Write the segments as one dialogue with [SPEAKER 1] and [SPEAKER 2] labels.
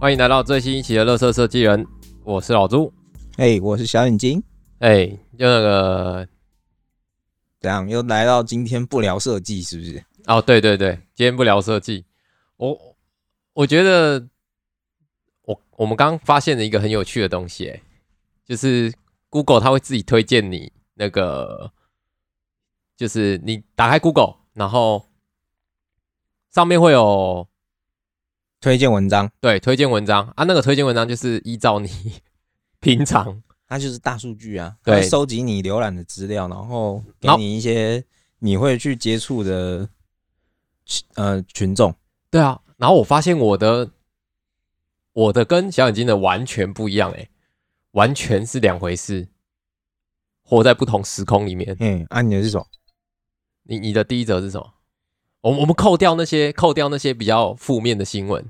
[SPEAKER 1] 欢迎来到最新一期的《乐色设计人》，我是老朱。
[SPEAKER 2] 哎、我是小眼睛，
[SPEAKER 1] 哎、就那个
[SPEAKER 2] 怎样又来到今天不聊设计是不是？
[SPEAKER 1] 哦，对对对，今天不聊设计，我我觉得我我们刚发现了一个很有趣的东西、哎，就是 Google 它会自己推荐你那个，就是你打开 Google，然后上面会有
[SPEAKER 2] 推荐文章，
[SPEAKER 1] 对推荐文章啊，那个推荐文章就是依照你 平常
[SPEAKER 2] 它就是大数据啊，
[SPEAKER 1] 对
[SPEAKER 2] 它会收集你浏览的资料，然后给
[SPEAKER 1] 好
[SPEAKER 2] 你一些你会去接触的呃群众。
[SPEAKER 1] 对啊，然后我发现我的我的跟小眼睛的完全不一样哎、完全是两回事，活在不同时空里面。
[SPEAKER 2] 嗯，啊，你的是什么？
[SPEAKER 1] 你你的第一则是什么？我们我们扣掉那些扣掉那些比较负面的新闻，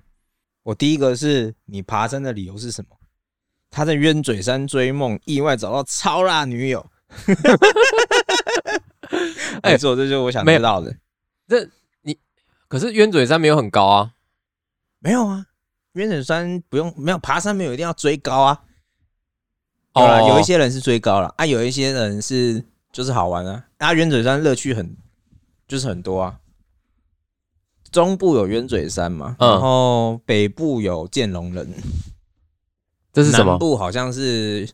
[SPEAKER 2] 我第一个是你爬山的理由是什么？他在冤嘴山追梦，意外找到超辣女友。
[SPEAKER 1] 哎
[SPEAKER 2] 没错，这就是我想
[SPEAKER 1] 没有
[SPEAKER 2] 知道的。
[SPEAKER 1] 这你可是冤嘴山没有很高啊，
[SPEAKER 2] 没有啊，冤水山不用，没有爬山没有一定要追高啊。
[SPEAKER 1] 哦
[SPEAKER 2] 哦，有一些人是追高了啊，有一些人是就是好玩啊。啊，冤嘴山乐趣很就是很多啊。中部有冤嘴山嘛，
[SPEAKER 1] 嗯
[SPEAKER 2] 然后北部有剑龙人，
[SPEAKER 1] 这是什么
[SPEAKER 2] 南？部好像是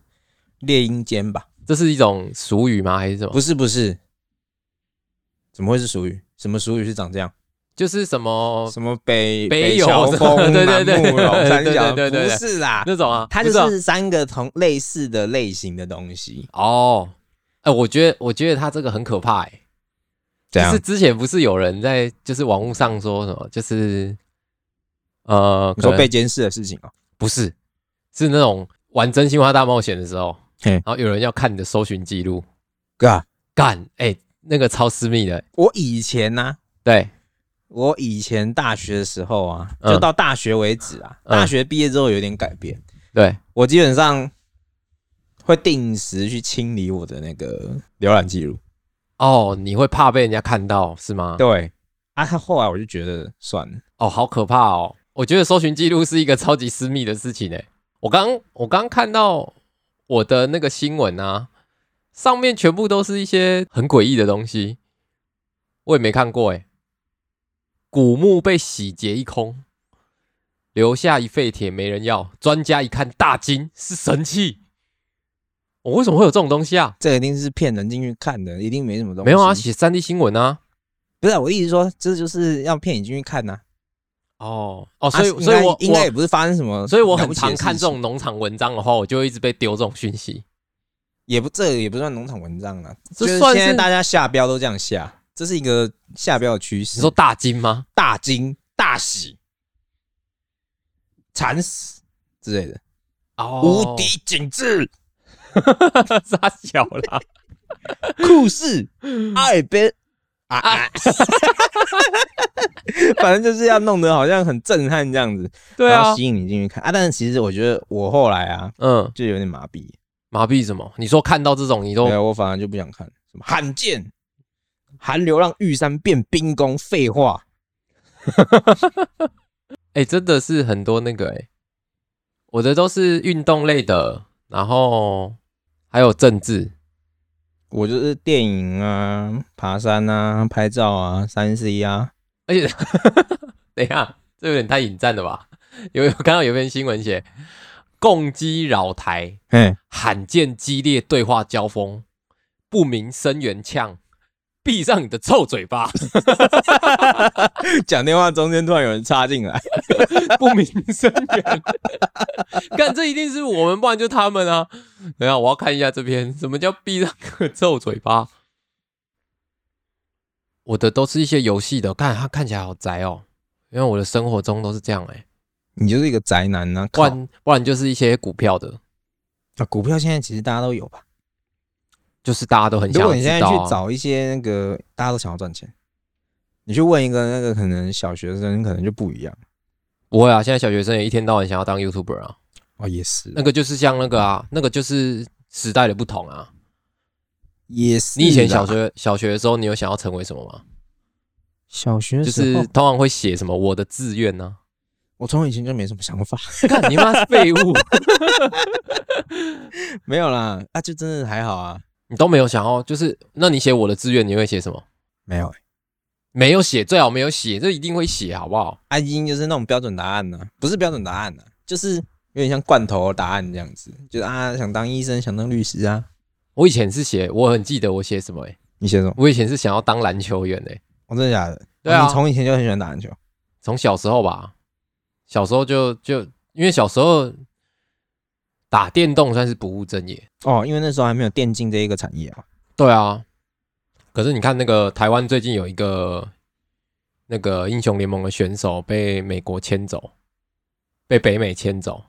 [SPEAKER 2] 猎鹰尖吧？
[SPEAKER 1] 这是一种俗语吗？还是什么？
[SPEAKER 2] 不是不是，怎么会是俗语？什么俗语是长这样？
[SPEAKER 1] 就是什么
[SPEAKER 2] 什么北
[SPEAKER 1] 哦北
[SPEAKER 2] 北
[SPEAKER 1] 友
[SPEAKER 2] 乔
[SPEAKER 1] 什么
[SPEAKER 2] 峰、
[SPEAKER 1] 对对对
[SPEAKER 2] 南木龙、
[SPEAKER 1] 对
[SPEAKER 2] 三
[SPEAKER 1] 对
[SPEAKER 2] 角，
[SPEAKER 1] 对对对
[SPEAKER 2] 不是啦，
[SPEAKER 1] 那种啊？
[SPEAKER 2] 它
[SPEAKER 1] 不
[SPEAKER 2] 就是
[SPEAKER 1] 啊
[SPEAKER 2] 是三个同类似的类型的东西。
[SPEAKER 1] 哦，哎、我觉得我觉得他这个很可怕哎、
[SPEAKER 2] 这
[SPEAKER 1] 就是之前不是有人在就是网络上说什么，就是呃，
[SPEAKER 2] 你说
[SPEAKER 1] 可能
[SPEAKER 2] 被监视的事情哦、
[SPEAKER 1] 不是是那种玩真心话大冒险的时候，
[SPEAKER 2] 嘿
[SPEAKER 1] 然后有人要看你的搜寻记录，
[SPEAKER 2] 哥、啊，
[SPEAKER 1] 干哎、那个超私密的，哎
[SPEAKER 2] 我以前呢、
[SPEAKER 1] 对，
[SPEAKER 2] 我以前大学的时候啊，
[SPEAKER 1] 嗯
[SPEAKER 2] 就到大学为止啊，
[SPEAKER 1] 嗯
[SPEAKER 2] 大学毕业之后有点改变，
[SPEAKER 1] 对，
[SPEAKER 2] 我基本上会定时去清理我的那个浏览记录。
[SPEAKER 1] 哦，你会怕被人家看到是吗？
[SPEAKER 2] 对，啊，后来我就觉得算了，
[SPEAKER 1] 哦，好可怕哦！我觉得搜寻记录是一个超级私密的事情哎。我刚我刚看到我的那个新闻啊，上面全部都是一些很诡异的东西，我也没看过哎。古墓被洗劫一空，留下一废铁没人要，专家一看大惊，是神器。我、为什么会有这种东西啊？
[SPEAKER 2] 这一定是骗人进去看的，一定没什么东西。
[SPEAKER 1] 没有啊，写三 D 新闻啊。
[SPEAKER 2] 不是啊、我的意思说，这就是要骗你进去看呐、
[SPEAKER 1] 哦哦，
[SPEAKER 2] 啊。
[SPEAKER 1] 所以、
[SPEAKER 2] 应该
[SPEAKER 1] 所以我
[SPEAKER 2] 应该也
[SPEAKER 1] 我
[SPEAKER 2] 不是发生什么了不
[SPEAKER 1] 所
[SPEAKER 2] 起的事情，
[SPEAKER 1] 以我很常看这种农场文章的话，我就会一直被丢这种讯息。
[SPEAKER 2] 也不这也不算农场文章了，
[SPEAKER 1] 这
[SPEAKER 2] 就是
[SPEAKER 1] 算
[SPEAKER 2] 现在
[SPEAKER 1] 是
[SPEAKER 2] 大家下标都这样下，这是一个下标的趋势。
[SPEAKER 1] 你说大金吗？
[SPEAKER 2] 大惊、大喜、惨死之类的，
[SPEAKER 1] 哦
[SPEAKER 2] 无敌景致、
[SPEAKER 1] 傻小啦！
[SPEAKER 2] 酷 似阿尔卑啊啊， 反正就是要弄得好像很震撼这样子，
[SPEAKER 1] 对
[SPEAKER 2] 然
[SPEAKER 1] 啊
[SPEAKER 2] 后，吸引你进去看啊。但是其实我觉得我后来啊，
[SPEAKER 1] 嗯，
[SPEAKER 2] 就有点麻痹，
[SPEAKER 1] 麻痹什么？你说看到这种你都
[SPEAKER 2] 对啊，我反而就不想看什么罕见。寒流让玉山变冰宫，废话。
[SPEAKER 1] 哎、真的是很多那个哎、我的都是运动类的，然后还有政治
[SPEAKER 2] 我就是电影啊、爬山啊、拍照啊、三 C 啊，
[SPEAKER 1] 等一下，这有点太引战了吧？有有 看到有篇新闻写，共机扰台，
[SPEAKER 2] 嘿，
[SPEAKER 1] 罕见激烈对话交锋，不明声源呛，闭上你的臭嘴巴，
[SPEAKER 2] 讲电话中间突然有人插进来，
[SPEAKER 1] 不明声源。 干，这一定是我们，不然就他们啊。等一下，我要看一下这篇，什么叫闭上个臭嘴巴？我的都是一些游戏的，看它看起来好宅哦，因为我的生活中都是这样哎、
[SPEAKER 2] 你就是一个宅男啊！
[SPEAKER 1] 不
[SPEAKER 2] 靠
[SPEAKER 1] 然不然就是一些股票的，
[SPEAKER 2] 啊，股票现在其实大家都有吧？
[SPEAKER 1] 就是大家都很
[SPEAKER 2] 如
[SPEAKER 1] 想
[SPEAKER 2] 果你
[SPEAKER 1] 知
[SPEAKER 2] 现在
[SPEAKER 1] 道
[SPEAKER 2] 去
[SPEAKER 1] 啊、
[SPEAKER 2] 找一些那个大家都想要赚钱，你去问一个那个可能小学生，可能就不一样
[SPEAKER 1] 不会啊，现在小学生也一天到晚想要当 YouTuber 啊，
[SPEAKER 2] 哦，也是
[SPEAKER 1] 那，个就是像那个啊，那个就是时代的不同啊。
[SPEAKER 2] 也是啦。
[SPEAKER 1] 你以前小学小学的时候，你有想要成为什么吗？
[SPEAKER 2] 小学
[SPEAKER 1] 就
[SPEAKER 2] 时
[SPEAKER 1] 是
[SPEAKER 2] 候
[SPEAKER 1] 通常会写什么我的志愿呢、啊
[SPEAKER 2] 我从以前就没什么想法，
[SPEAKER 1] 干你妈是废物，
[SPEAKER 2] 没有啦，啊，就真的还好啊，
[SPEAKER 1] 你都没有想要，就是那你写我的志愿，你会写什么？
[SPEAKER 2] 没有、欸。
[SPEAKER 1] 没有写，最好没有写，这一定会写，好不好？
[SPEAKER 2] 阿英啊就是那种标准答案呢、不是标准答案呢、啊就是有点像罐头答案这样子，就是啊，想当医生，想当律师啊。
[SPEAKER 1] 我以前是写，我很记得我写什么、欸，
[SPEAKER 2] 你写什么？
[SPEAKER 1] 我以前是想要当篮球员、欸，
[SPEAKER 2] 我、真的假的？
[SPEAKER 1] 对啊
[SPEAKER 2] 哦你从以前就很喜欢打篮球，
[SPEAKER 1] 从小时候吧，小时候就就因为小时候打电动算是不务正业，
[SPEAKER 2] 哦，因为那时候还没有电竞这一个产业啊。
[SPEAKER 1] 对啊。可是你看那个台湾最近有一个那个英雄联盟的选手被美国牵走，被北美牵走，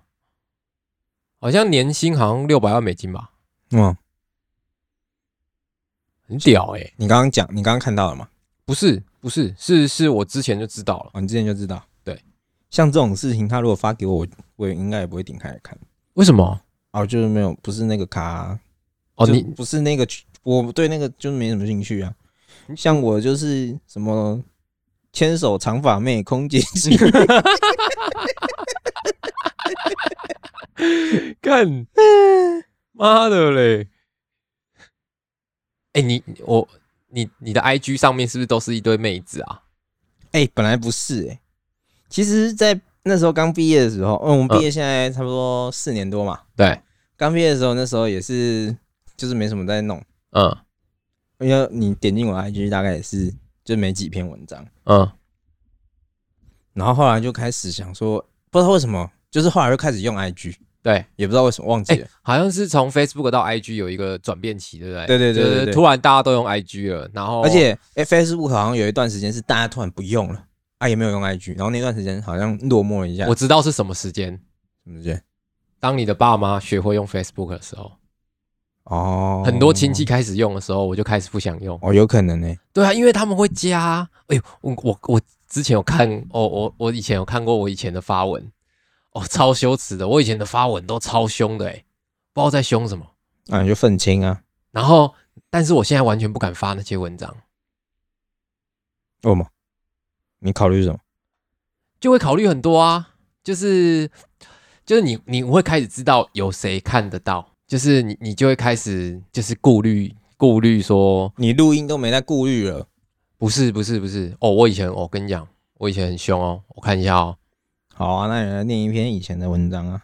[SPEAKER 1] 好像年薪好像六百万美金吧，
[SPEAKER 2] 嗯，
[SPEAKER 1] 很屌诶、
[SPEAKER 2] 你刚刚讲，你刚刚看到了吗？
[SPEAKER 1] 不是不是是是我之前就知道了，
[SPEAKER 2] 哦，你之前就知道。
[SPEAKER 1] 对，
[SPEAKER 2] 像这种事情，他如果发给我，我我也应该也不会点开来看。
[SPEAKER 1] 为什么？
[SPEAKER 2] 哦，就是没有，不是那个咖啊、
[SPEAKER 1] 哦，
[SPEAKER 2] 就
[SPEAKER 1] 你
[SPEAKER 2] 不是那个区，我对那个就是没什么兴趣啊。
[SPEAKER 1] 嗯
[SPEAKER 2] 像我就是什么牵手长发妹、空姐 系
[SPEAKER 1] 干， 妈的嘞！哎、你我你你的 IG 上面是不是都是一堆妹子啊？
[SPEAKER 2] 哎、本来不是哎、其实，在那时候刚毕业的时候，嗯，我们
[SPEAKER 1] 嗯
[SPEAKER 2] 毕业现在差不多四年多嘛。
[SPEAKER 1] 对，
[SPEAKER 2] 刚毕业的时候，那时候也是就是没什么在弄，
[SPEAKER 1] 嗯
[SPEAKER 2] 因为你点进我的 IG 大概也是就没几篇文章，
[SPEAKER 1] 嗯，
[SPEAKER 2] 然后后来就开始想说，不知道为什么，就是后来又开始用 IG，
[SPEAKER 1] 对，
[SPEAKER 2] 也不知道为什么忘记
[SPEAKER 1] 哎、
[SPEAKER 2] 了。
[SPEAKER 1] 好像是从 Facebook 到 IG 有一个转变期，对不对？
[SPEAKER 2] 对对对对
[SPEAKER 1] 就是
[SPEAKER 2] 对
[SPEAKER 1] 突然大家都用 IG 了，然后
[SPEAKER 2] 而且哎、f a c e b o o k 好像有一段时间是大家突然不用了，啊，也没有用 IG，然后那段时间好像落寞了一下，
[SPEAKER 1] 我知道是什么时间，
[SPEAKER 2] 什么时间？
[SPEAKER 1] 当你的爸妈学会用 Facebook 的时候，
[SPEAKER 2] 哦，
[SPEAKER 1] 很多亲戚开始用的时候，我就开始不想用。
[SPEAKER 2] 哦，有可能呢、
[SPEAKER 1] 对啊，因为他们会加啊。哎呦，我我我之前有看，哦，我我以前有看过我以前的发文，哦，超羞耻的。我以前的发文都超凶的、哎，不知道在凶什么。
[SPEAKER 2] 啊，你就愤青啊，
[SPEAKER 1] 然后，但是我现在完全不敢发那些文章，
[SPEAKER 2] 为什么？你考虑什么？
[SPEAKER 1] 就会考虑很多啊，就是就是你你会开始知道有谁看得到，就是你你就会开始就是顾虑顾虑说，
[SPEAKER 2] 你录音都没在顾虑了，
[SPEAKER 1] 不是不是不是哦，我以前我跟你讲，我以前很凶哦，我看一下哦，
[SPEAKER 2] 好啊，那你来念一篇以前的文章啊。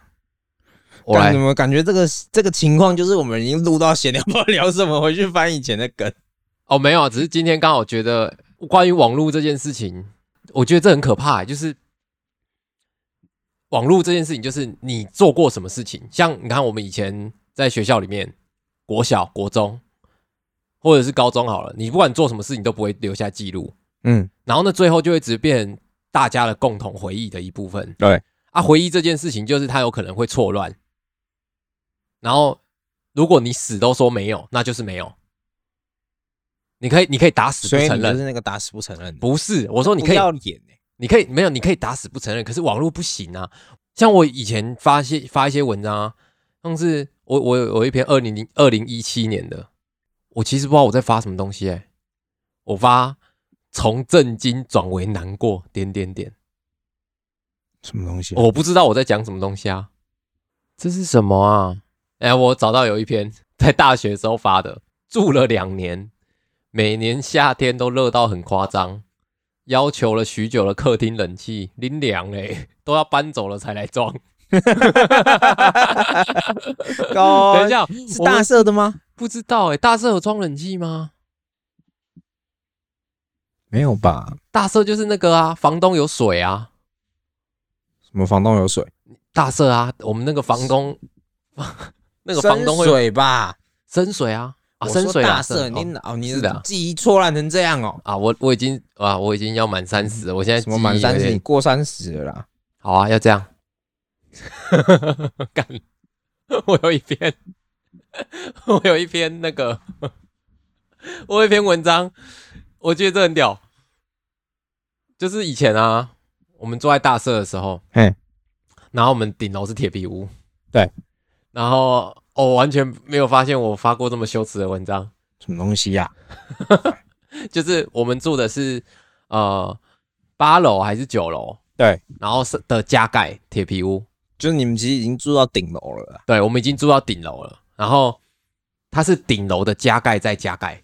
[SPEAKER 1] 我
[SPEAKER 2] 干
[SPEAKER 1] 来
[SPEAKER 2] 怎么感觉这个这个情况就是我们已经录到闲聊，不知道聊什么，回去翻以前的梗。
[SPEAKER 1] 哦，没有，只是今天刚好觉得关于网络这件事情，我觉得这很可怕，欸就是网络这件事情，就是你做过什么事情，像你看我们以前在学校里面，国小、国中或者是高中好了，你不管做什么事情都不会留下记录，
[SPEAKER 2] 嗯，
[SPEAKER 1] 然后呢，最后就会只变大家的共同回忆的一部分。
[SPEAKER 2] 对，
[SPEAKER 1] 啊，回忆这件事情就是它有可能会错乱，然后如果你死都说没有，那就是没有。你可以，你可以打死
[SPEAKER 2] 所
[SPEAKER 1] 不
[SPEAKER 2] 以
[SPEAKER 1] 承
[SPEAKER 2] 你就
[SPEAKER 1] 认，
[SPEAKER 2] 是那个打死不承认的。
[SPEAKER 1] 不是我说你可
[SPEAKER 2] 不
[SPEAKER 1] 以，
[SPEAKER 2] 要脸欸
[SPEAKER 1] 你可以没有，你可以打死不承认，可是网络不行啊。像我以前发些发一些文章啊，像是我我有我有一篇二零零二零一七年的，我其实不知道我在发什么东西哎、我发从震惊转为难过点点点，
[SPEAKER 2] 什么东西啊、
[SPEAKER 1] 哦我不知道我在讲什么东西啊，这是什么啊？哎、我找到有一篇 在大学时候发的，住了两年，每年夏天都热到很夸张，要求了许久的客厅冷气，拎凉嘞，都要搬走了才来装。
[SPEAKER 2] 高
[SPEAKER 1] 等一下，
[SPEAKER 2] 是
[SPEAKER 1] 我
[SPEAKER 2] 大
[SPEAKER 1] 们
[SPEAKER 2] 社的吗？
[SPEAKER 1] 不知道哎、大社有装冷气吗？
[SPEAKER 2] 没有吧？
[SPEAKER 1] 大社就是那个啊，房东有水啊，
[SPEAKER 2] 什么房东有水？
[SPEAKER 1] 大社啊，我们那个房东， 那个房东会
[SPEAKER 2] 水吧？
[SPEAKER 1] 深水啊，啊
[SPEAKER 2] 我说
[SPEAKER 1] 深水啊
[SPEAKER 2] 大社，
[SPEAKER 1] 深
[SPEAKER 2] 你哦，你
[SPEAKER 1] 是的
[SPEAKER 2] 的记忆错乱成这样哦？
[SPEAKER 1] 啊，我我已经啊，我已经要满三十了，我现在
[SPEAKER 2] 嗯什么
[SPEAKER 1] 记忆
[SPEAKER 2] 满
[SPEAKER 1] 有
[SPEAKER 2] 三十？
[SPEAKER 1] 点
[SPEAKER 2] 你过三十了啦？
[SPEAKER 1] 好啊，要这样。 干，我有一篇， 我有一篇那个，我有一篇文章，我觉得这很屌。就是以前啊，我们住在大社的时候，
[SPEAKER 2] 嘿，
[SPEAKER 1] 然后我们顶楼是铁皮屋，
[SPEAKER 2] 对，
[SPEAKER 1] 然后哦我完全没有发现我发过这么羞耻的文章。
[SPEAKER 2] 什么东西啊呀、
[SPEAKER 1] 就是我们住的是呃八楼还是九楼？
[SPEAKER 2] 对，
[SPEAKER 1] 然后是的加盖铁皮屋，
[SPEAKER 2] 就是你们其实已经住到顶楼了啦，
[SPEAKER 1] 对我们已经住到顶楼了，然后它是顶楼的加盖再加盖，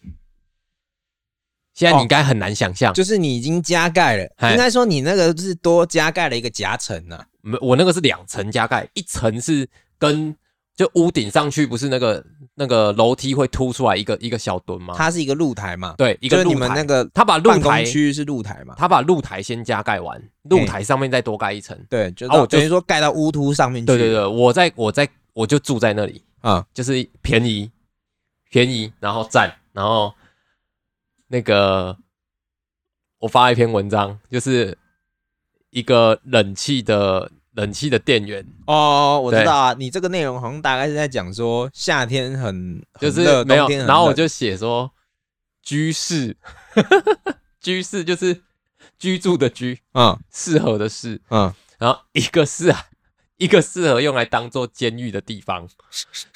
[SPEAKER 1] 现在你
[SPEAKER 2] 哦
[SPEAKER 1] 应该很难想象，
[SPEAKER 2] 就是你已经加盖了，
[SPEAKER 1] 嗨
[SPEAKER 2] 应该说你那个是多加盖了一个夹层啊呐、
[SPEAKER 1] 没我那个是两层加盖，一层是跟就屋顶上去，不是那个那个楼梯会凸出来一个一个小墩吗？
[SPEAKER 2] 它是一个露台嘛，
[SPEAKER 1] 对，一
[SPEAKER 2] 就
[SPEAKER 1] 个
[SPEAKER 2] 是
[SPEAKER 1] 露
[SPEAKER 2] 你
[SPEAKER 1] 台。
[SPEAKER 2] 们那个
[SPEAKER 1] 他把露
[SPEAKER 2] 办公
[SPEAKER 1] 台，
[SPEAKER 2] 区是露台嘛，
[SPEAKER 1] 他把露台先加盖完，露台上面再多盖一层。
[SPEAKER 2] 对，就
[SPEAKER 1] 哦
[SPEAKER 2] 到
[SPEAKER 1] 我就
[SPEAKER 2] 等于说盖到屋突上面去，
[SPEAKER 1] 对对对，我在我在我就住在那里，
[SPEAKER 2] 啊，
[SPEAKER 1] 就是便宜便宜，然后赞，然后那个我发了一篇文章，就是一个冷气的冷气的电源，
[SPEAKER 2] 哦，我知
[SPEAKER 1] 对
[SPEAKER 2] 道啊，你这个内容好像大概是在讲说夏天很
[SPEAKER 1] 就
[SPEAKER 2] 很热
[SPEAKER 1] 是没有
[SPEAKER 2] 冬天，很
[SPEAKER 1] 然后我
[SPEAKER 2] 冷
[SPEAKER 1] 就写说居室， 居室就是居住的居，
[SPEAKER 2] 嗯
[SPEAKER 1] 适合的适，
[SPEAKER 2] 嗯，
[SPEAKER 1] 然后一个是啊， 一个适合用来当做监狱的地方，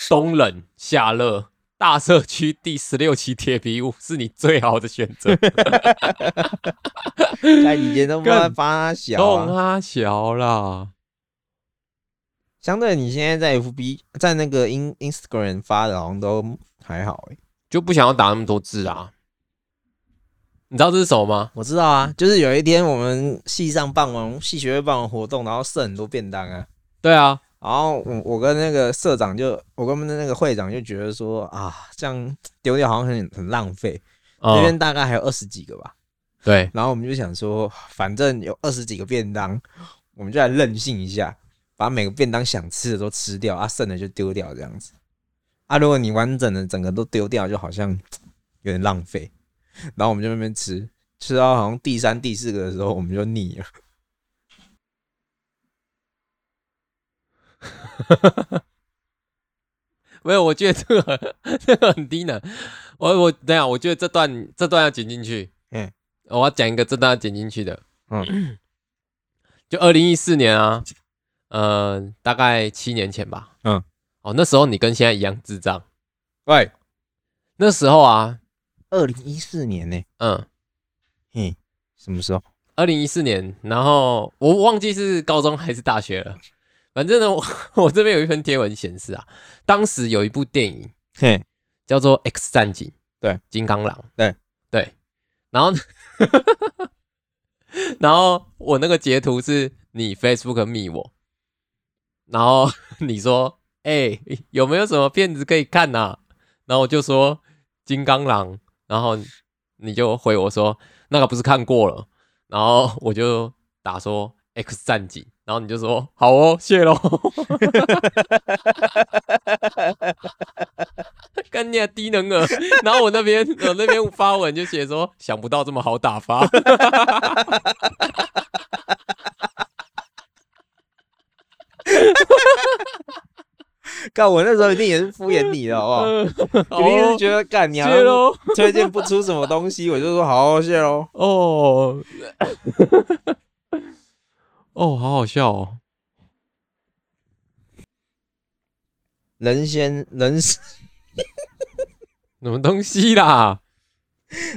[SPEAKER 1] 冬冷夏热。大社区第十六期铁皮屋是你最好的选择。
[SPEAKER 2] 在以前都不
[SPEAKER 1] 干
[SPEAKER 2] 发 小啊
[SPEAKER 1] 动啊，小啦，
[SPEAKER 2] 相对你现在在 FB 在那个 In Instagram 发的，好像都还好哎、
[SPEAKER 1] 就不想要打那么多字啊。你知道这是什么吗？
[SPEAKER 2] 我知道啊，就是有一天我们系上办完系学会办完活动，然后剩很多便当啊，
[SPEAKER 1] 对啊，
[SPEAKER 2] 然后我我跟那个社长就我跟我们的那个会长就觉得说啊，这样丢掉好像很很浪费，那
[SPEAKER 1] 嗯，
[SPEAKER 2] 边大概还有二十几个吧，
[SPEAKER 1] 对，
[SPEAKER 2] 然后我们就想说，反正有二十几个便当，我们就来任性一下，把每个便当想吃的都吃掉，啊，剩的就丢掉这样子。啊，如果你完整的整个都丢掉，就好像有点浪费。然后我们就在那边吃，吃到好像第三、第四个的时候，我们就腻了。
[SPEAKER 1] 没有，我觉得这个 这个很低能。我我等一下，我觉得这段这段要剪进去。
[SPEAKER 2] 嗯，
[SPEAKER 1] 我要讲一个这段要剪进去的。
[SPEAKER 2] 嗯，
[SPEAKER 1] 就二零一四年啊，呃，大概七年前吧。
[SPEAKER 2] 嗯，
[SPEAKER 1] 哦，那时候你跟现在一样智障。
[SPEAKER 2] 喂，
[SPEAKER 1] 那时候啊，
[SPEAKER 2] 二零一四年呢、
[SPEAKER 1] 嗯，
[SPEAKER 2] 嘿，什么时候？
[SPEAKER 1] 二零一四年，然后我忘记是高中还是大学了。反正呢，我 我这边有一篇贴文显示啊，当时有一部电影
[SPEAKER 2] 嘿，
[SPEAKER 1] 叫做《X 战警》，
[SPEAKER 2] 对，
[SPEAKER 1] 金刚狼，
[SPEAKER 2] 对
[SPEAKER 1] 对，然后 然后我那个截图是你 Facebook 密我，然后 你说，哎、有没有什么片子可以看呐、啊？然后我就说金刚狼，然后你就回我说那个不是看过了，然后我就打说 X 战警，然后你就说好哦，谢喽。 干你啊低能儿！然后我那边我那边发文就写说，想不到这么好打发。
[SPEAKER 2] 干，我那时候一定也是敷衍哦你的，好不好？
[SPEAKER 1] 肯
[SPEAKER 2] 一定是觉得干你好
[SPEAKER 1] 嗯哦谢
[SPEAKER 2] 像
[SPEAKER 1] 喽
[SPEAKER 2] 推荐不出什么东西，我就说好，谢喽。
[SPEAKER 1] 哦 哦，好好笑哦！
[SPEAKER 2] 人先人生
[SPEAKER 1] 什么东西啦？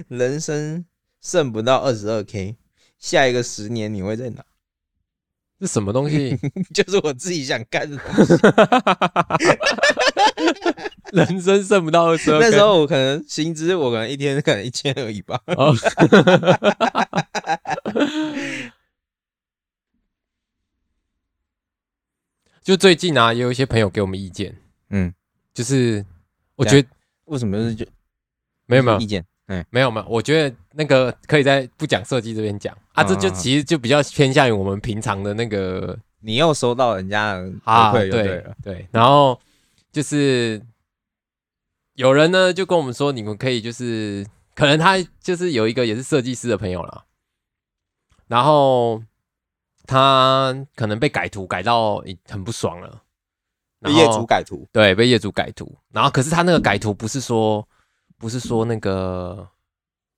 [SPEAKER 2] 人生剩不到二十二 k，下一个十年你会在哪？
[SPEAKER 1] 是什么东西？
[SPEAKER 2] 就是我自己想干的东西。
[SPEAKER 1] 人生剩不到二十二。
[SPEAKER 2] 那时候我可能薪资，我可能一天可能一千而已吧。
[SPEAKER 1] 哦， 就最近啊，也有一些朋友给我们意见，
[SPEAKER 2] 嗯，啊
[SPEAKER 1] 就是我
[SPEAKER 2] 这
[SPEAKER 1] 觉
[SPEAKER 2] 样
[SPEAKER 1] 得
[SPEAKER 2] 为什么是就
[SPEAKER 1] 没有没有
[SPEAKER 2] 意见？
[SPEAKER 1] 没有没有，我觉得那个可以在不讲设计这边讲啊，
[SPEAKER 2] 嗯
[SPEAKER 1] 这就
[SPEAKER 2] 嗯嗯
[SPEAKER 1] 其实就比较偏向于我们平常的那个
[SPEAKER 2] 你又收到人家的
[SPEAKER 1] 啊，
[SPEAKER 2] 回馈就对
[SPEAKER 1] 对
[SPEAKER 2] 了。
[SPEAKER 1] 对，然后就是有人呢就跟我们说，你们可以就是可能他就是有一个也是设计师的朋友啦，然后他可能被改图改到很不爽了，然后
[SPEAKER 2] 业主改图，
[SPEAKER 1] 对，被业主改图。然后可是他那个改图不是说不是说那个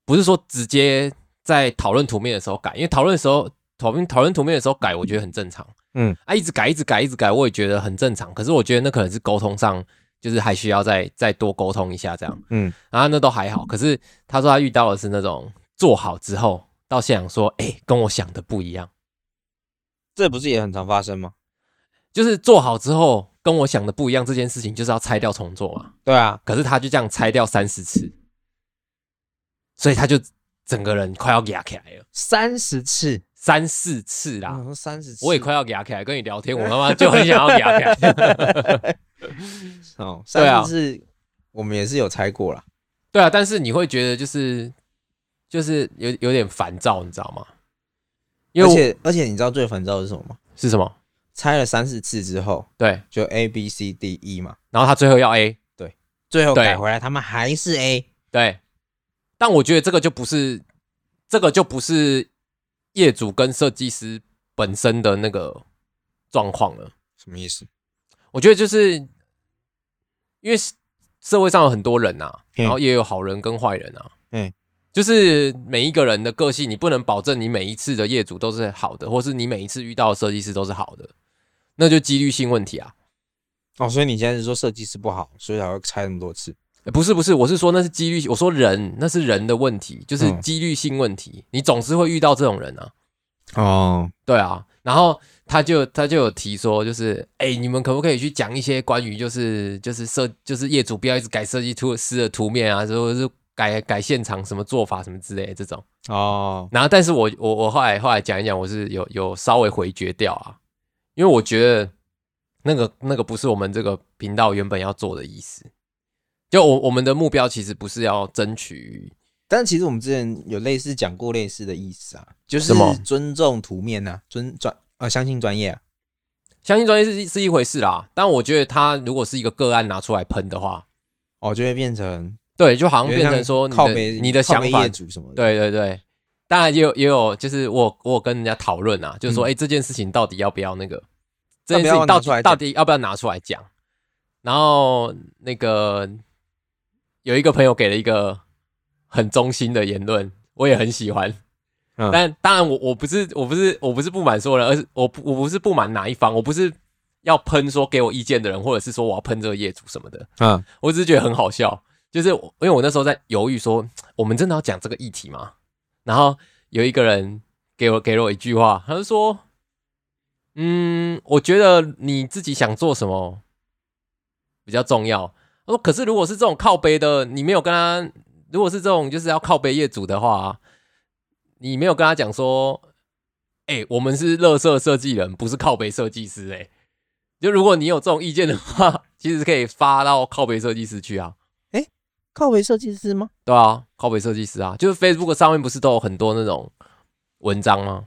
[SPEAKER 1] 不是说直接在讨论图面的时候改，因为讨论的时候讨论讨论图面的时候改，我觉得很正常。
[SPEAKER 2] 嗯，
[SPEAKER 1] 啊，一直改一直改一直改，我也觉得很正常。可是我觉得那可能是沟通上，就是还需要再再多沟通一下这样。
[SPEAKER 2] 嗯，
[SPEAKER 1] 然后那都还好。可是他说他遇到的是那种做好之后到现场说，哎、跟我想的不一样。
[SPEAKER 2] 这不是也很常发生吗？
[SPEAKER 1] 就是做好之后跟我想的不一样，这件事情就是要拆掉重做嘛。
[SPEAKER 2] 对啊，
[SPEAKER 1] 可是他就这样拆掉三十次，所以他就整个人快要压起来了，
[SPEAKER 2] 三十次
[SPEAKER 1] 三四次啦。
[SPEAKER 2] 我说三十
[SPEAKER 1] 啊
[SPEAKER 2] 次，
[SPEAKER 1] 我也快要压起来，跟你聊天，我他妈就很想要压起来。
[SPEAKER 2] 哦，
[SPEAKER 1] 对啊
[SPEAKER 2] 三十次我们也是有拆过啦。
[SPEAKER 1] 对啊，但是你会觉得就是就是有有点烦躁，你知道吗？因
[SPEAKER 2] 而
[SPEAKER 1] 为我
[SPEAKER 2] 且而且你知道最烦躁的是什么吗？
[SPEAKER 1] 是什么？
[SPEAKER 2] 拆了三十次之后，
[SPEAKER 1] 对，
[SPEAKER 2] 就 A B C D E 嘛，
[SPEAKER 1] 然后他最后要 A，
[SPEAKER 2] 最后
[SPEAKER 1] 对
[SPEAKER 2] 改回来他们还是 A。
[SPEAKER 1] 对，但我觉得这个就不是，这个就不是业主跟设计师本身的那个状况了。
[SPEAKER 2] 什么意思？
[SPEAKER 1] 我觉得就是因为社会上有很多人呐、
[SPEAKER 2] 嗯
[SPEAKER 1] 然后也有好人跟坏人啊。
[SPEAKER 2] 嗯，
[SPEAKER 1] 就是每一个人的个性，你不能保证你每一次的业主都是好的，或是你每一次遇到的设计师都是好的，那就几率性问题啊。
[SPEAKER 2] 哦，所以你现在是说设计师不好，所以才会拆那么多次？
[SPEAKER 1] 呃不是不是，我是说那是几率，我说人那是人的问题，就是
[SPEAKER 2] 嗯
[SPEAKER 1] 几率性问题，你总是会遇到这种人啊。
[SPEAKER 2] 哦，
[SPEAKER 1] 对啊，然后他就他就有提说，就是哎、你们可不可以去讲一些关于就是就是设就是业主不要一直改设计图师的图面啊，或者是改改现场什么做法什么之类的这种。
[SPEAKER 2] 哦，
[SPEAKER 1] 然后，但是我我我后来后来讲一讲，我是有有稍微回绝掉啊，因为我觉得那个那个不是我们这个频道原本要做的意思。就我我们的目标其实不是要争取，
[SPEAKER 2] 但其实我们之前有类似讲过类似的意思啊，就是
[SPEAKER 1] 什么
[SPEAKER 2] 尊重图面呐、啊，尊专呃相信专业啊。
[SPEAKER 1] 相信专业是是一回事啦，但我觉得他如果是一个个案拿出来喷的话，
[SPEAKER 2] 哦，就会变成
[SPEAKER 1] 对，就好像
[SPEAKER 2] 有
[SPEAKER 1] 变
[SPEAKER 2] 点
[SPEAKER 1] 成说你
[SPEAKER 2] 靠
[SPEAKER 1] 的
[SPEAKER 2] 北
[SPEAKER 1] 你的
[SPEAKER 2] 靠
[SPEAKER 1] 想
[SPEAKER 2] 北
[SPEAKER 1] 法
[SPEAKER 2] 业，主什么的。
[SPEAKER 1] 对对对，当然也有也有，就是我我有跟人家讨论啊，就是说，
[SPEAKER 2] 嗯
[SPEAKER 1] 哎、这件事情到底要不要那个，这
[SPEAKER 2] 要
[SPEAKER 1] 件
[SPEAKER 2] 不
[SPEAKER 1] 事情
[SPEAKER 2] 要
[SPEAKER 1] 到
[SPEAKER 2] 拿出来
[SPEAKER 1] 底
[SPEAKER 2] 讲
[SPEAKER 1] 到底要不要拿出来讲？然后那个有一个朋友给了一个很中心的言论，我也很喜欢。
[SPEAKER 2] 嗯
[SPEAKER 1] 但当然我，我不是我不是我不是不满说人，而是我不我不是不满哪一方，我不是要喷说给我意见的人，或者是说我要喷这个业主什么的。
[SPEAKER 2] 嗯，
[SPEAKER 1] 我只是觉得很好笑，就是我因为我那时候在犹豫说，我们真的要讲这个议题吗？然后有一个人给我给了我一句话，他就说：“嗯，我觉得你自己想做什么比较重要。”我说：“可是如果是这种靠背的，你没有跟他，如果是这种就是要靠背业主的话，你没有跟他讲说，哎、我们是乐色设计人，不是靠背设计师、欸，哎。”就如果你有这种意见的话，其实可以发到靠北设计师去啊，
[SPEAKER 2] 靠北设计师吗？
[SPEAKER 1] 对啊，靠北设计师啊，就是 Facebook 上面不是都有很多那种文章吗？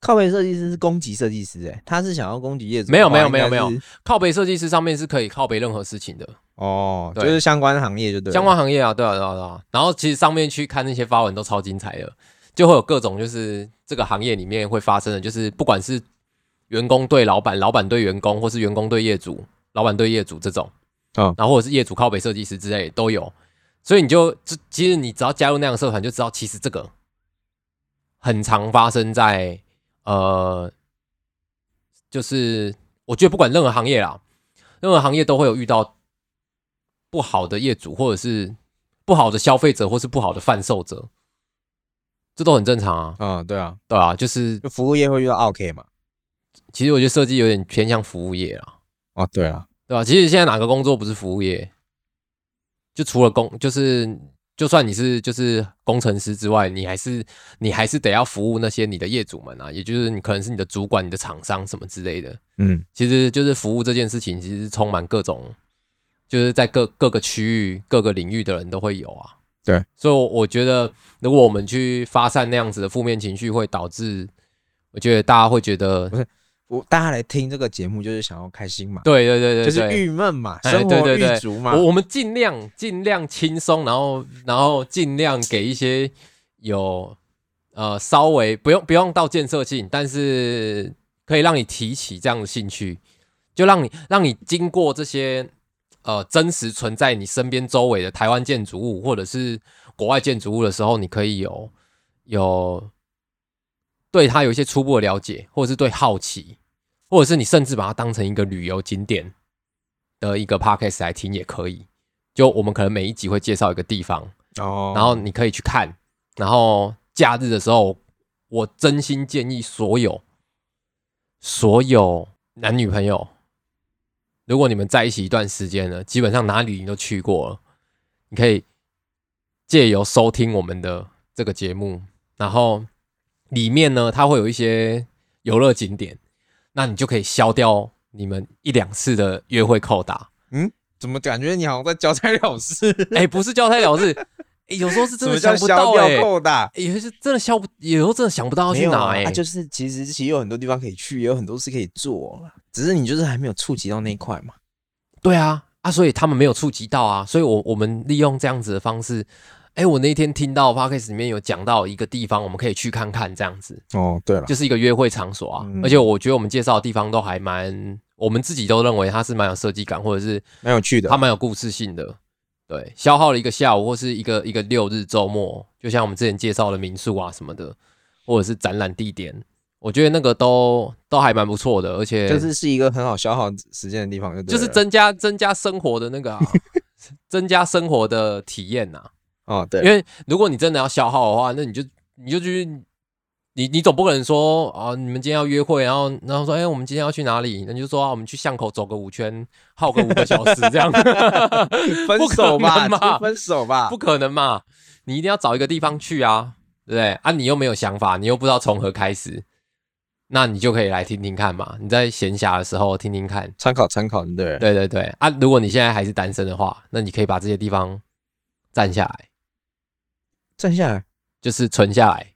[SPEAKER 2] 靠北设计师是攻击设计师、欸，哎，他是想要攻击业主的话。
[SPEAKER 1] 没有没有
[SPEAKER 2] 应该是
[SPEAKER 1] 没有没有靠北设计师上面是可以靠北任何事情的，
[SPEAKER 2] 哦，就
[SPEAKER 1] 对
[SPEAKER 2] 是相关行业就对了，
[SPEAKER 1] 相关行业啊，对啊对啊对啊。然后其实上面去看那些发文都超精彩的，就会有各种就是这个行业里面会发生的，就是不管是员工对老板、老板对员工，或是员工对业主、老板对业主这种，
[SPEAKER 2] 嗯
[SPEAKER 1] 然后或者是业主靠北设计师之类都有。所以你就就其实你只要加入那样的社团，就知道其实这个很常发生在呃，就是我觉得不管任何行业啦，任何行业都会有遇到不好的业主，或者是不好的消费者，或是不好的贩售者，这都很正常啊，
[SPEAKER 2] 嗯，对啊，
[SPEAKER 1] 对啊，就是
[SPEAKER 2] 就服务业会遇到 OK 嘛。
[SPEAKER 1] 其实我觉得设计有点偏向服务业啦，
[SPEAKER 2] 哦，对啊，
[SPEAKER 1] 对吧、其实现在哪个工作不是服务业？就除了工，就是就算你是就是工程师之外，你还是你还是得要服务那些你的业主们啊，也就是你可能是你的主管、你的厂商什么之类的。
[SPEAKER 2] 嗯，
[SPEAKER 1] 其实就是服务这件事情，其实是充满各种，就是在各各个区域、各个领域的人都会有啊。
[SPEAKER 2] 对，
[SPEAKER 1] 所以我我觉得，如果我们去发散那样子的负面情绪，会导致我觉得大家会觉得，
[SPEAKER 2] 是我大家来听这个节目就是想要开心嘛，
[SPEAKER 1] 对对对对，
[SPEAKER 2] 就是
[SPEAKER 1] 对
[SPEAKER 2] 郁闷嘛，
[SPEAKER 1] 哎
[SPEAKER 2] 生
[SPEAKER 1] 对
[SPEAKER 2] 活
[SPEAKER 1] 对对
[SPEAKER 2] 郁足嘛。
[SPEAKER 1] 我我们尽量尽量轻松，然后然后尽量给一些有呃稍微不用不用到建设性，但是可以让你提起这样的兴趣，就让你让你经过这些呃真实存在你身边周围的台湾建筑物或者是国外建筑物的时候，你可以有有对它有一些初步的了解，或者是对好奇，或者是你甚至把它当成一个旅游景点的一个 podcast 来听也可以。就我们可能每一集会介绍一个地方，
[SPEAKER 2] 哦，
[SPEAKER 1] 然后你可以去看。然后假日的时候，我真心建议所有所有男女朋友，如果你们在一起一段时间了，基本上哪里你都去过了，你可以借由收听我们的这个节目，然后里面呢，它会有一些游乐景点，那你就可以消掉你们一两次的约会扣打。
[SPEAKER 2] 怎么感觉你好像在交差了 事？
[SPEAKER 1] 哎、不是交差了事、哎有时候是
[SPEAKER 2] 什
[SPEAKER 1] 真
[SPEAKER 2] 么
[SPEAKER 1] 的
[SPEAKER 2] 叫
[SPEAKER 1] 想不到
[SPEAKER 2] 消
[SPEAKER 1] 哎、
[SPEAKER 2] 掉扣打？
[SPEAKER 1] 有些是真的消不，有时候真的想不到要
[SPEAKER 2] 没
[SPEAKER 1] 去
[SPEAKER 2] 有
[SPEAKER 1] 哪
[SPEAKER 2] 啊
[SPEAKER 1] 哎、
[SPEAKER 2] 啊就是其实其实有很多地方可以去，也有很多事可以做，只是你就是还没有触及到那一块嘛。
[SPEAKER 1] 对啊，啊，所以他们没有触及到啊，所以我我们利用这样子的方式，哎、我那天听到 podcast 里面有讲到一个地方，我们可以去看看，这样子
[SPEAKER 2] 哦，对了，
[SPEAKER 1] 就是一个约会场所啊，
[SPEAKER 2] 嗯
[SPEAKER 1] 而且我觉得我们介绍的地方都还蛮，我们自己都认为它是蛮有设计感，或者是
[SPEAKER 2] 蛮有趣的
[SPEAKER 1] 它。蛮有故事性的。对，消耗了一个下午或是一个一个六日周末，就像我们之前介绍的民宿啊什么的，或者是展览地点，我觉得那个都都还蛮不错的，而且
[SPEAKER 2] 就是是一个很好消耗时间的地方就对
[SPEAKER 1] 就
[SPEAKER 2] 了，
[SPEAKER 1] 是增加增加生活的那个、啊， 增加生活的体验呐、
[SPEAKER 2] 哦，对，
[SPEAKER 1] 因为如果你真的要消耗的话，那你就你就去，你你总不可能说啊，你们今天要约会，然后然后说，哎、我们今天要去哪里？那你就说啊，我们去巷口走个五圈，耗个五个小时这样，
[SPEAKER 2] 分
[SPEAKER 1] 不可
[SPEAKER 2] 手吧，
[SPEAKER 1] 能嘛
[SPEAKER 2] 就分手吧
[SPEAKER 1] 不，可能嘛？你一定要找一个地方去啊，对不对？啊，你又没有想法，你又不知道从何开始，那你就可以来听听看嘛。你在闲暇的时候听听看，
[SPEAKER 2] 参考参考，对不对？
[SPEAKER 1] 对对对啊！如果你现在还是单身的话，那你可以把这些地方占下来，
[SPEAKER 2] 站下来
[SPEAKER 1] 就是存下来。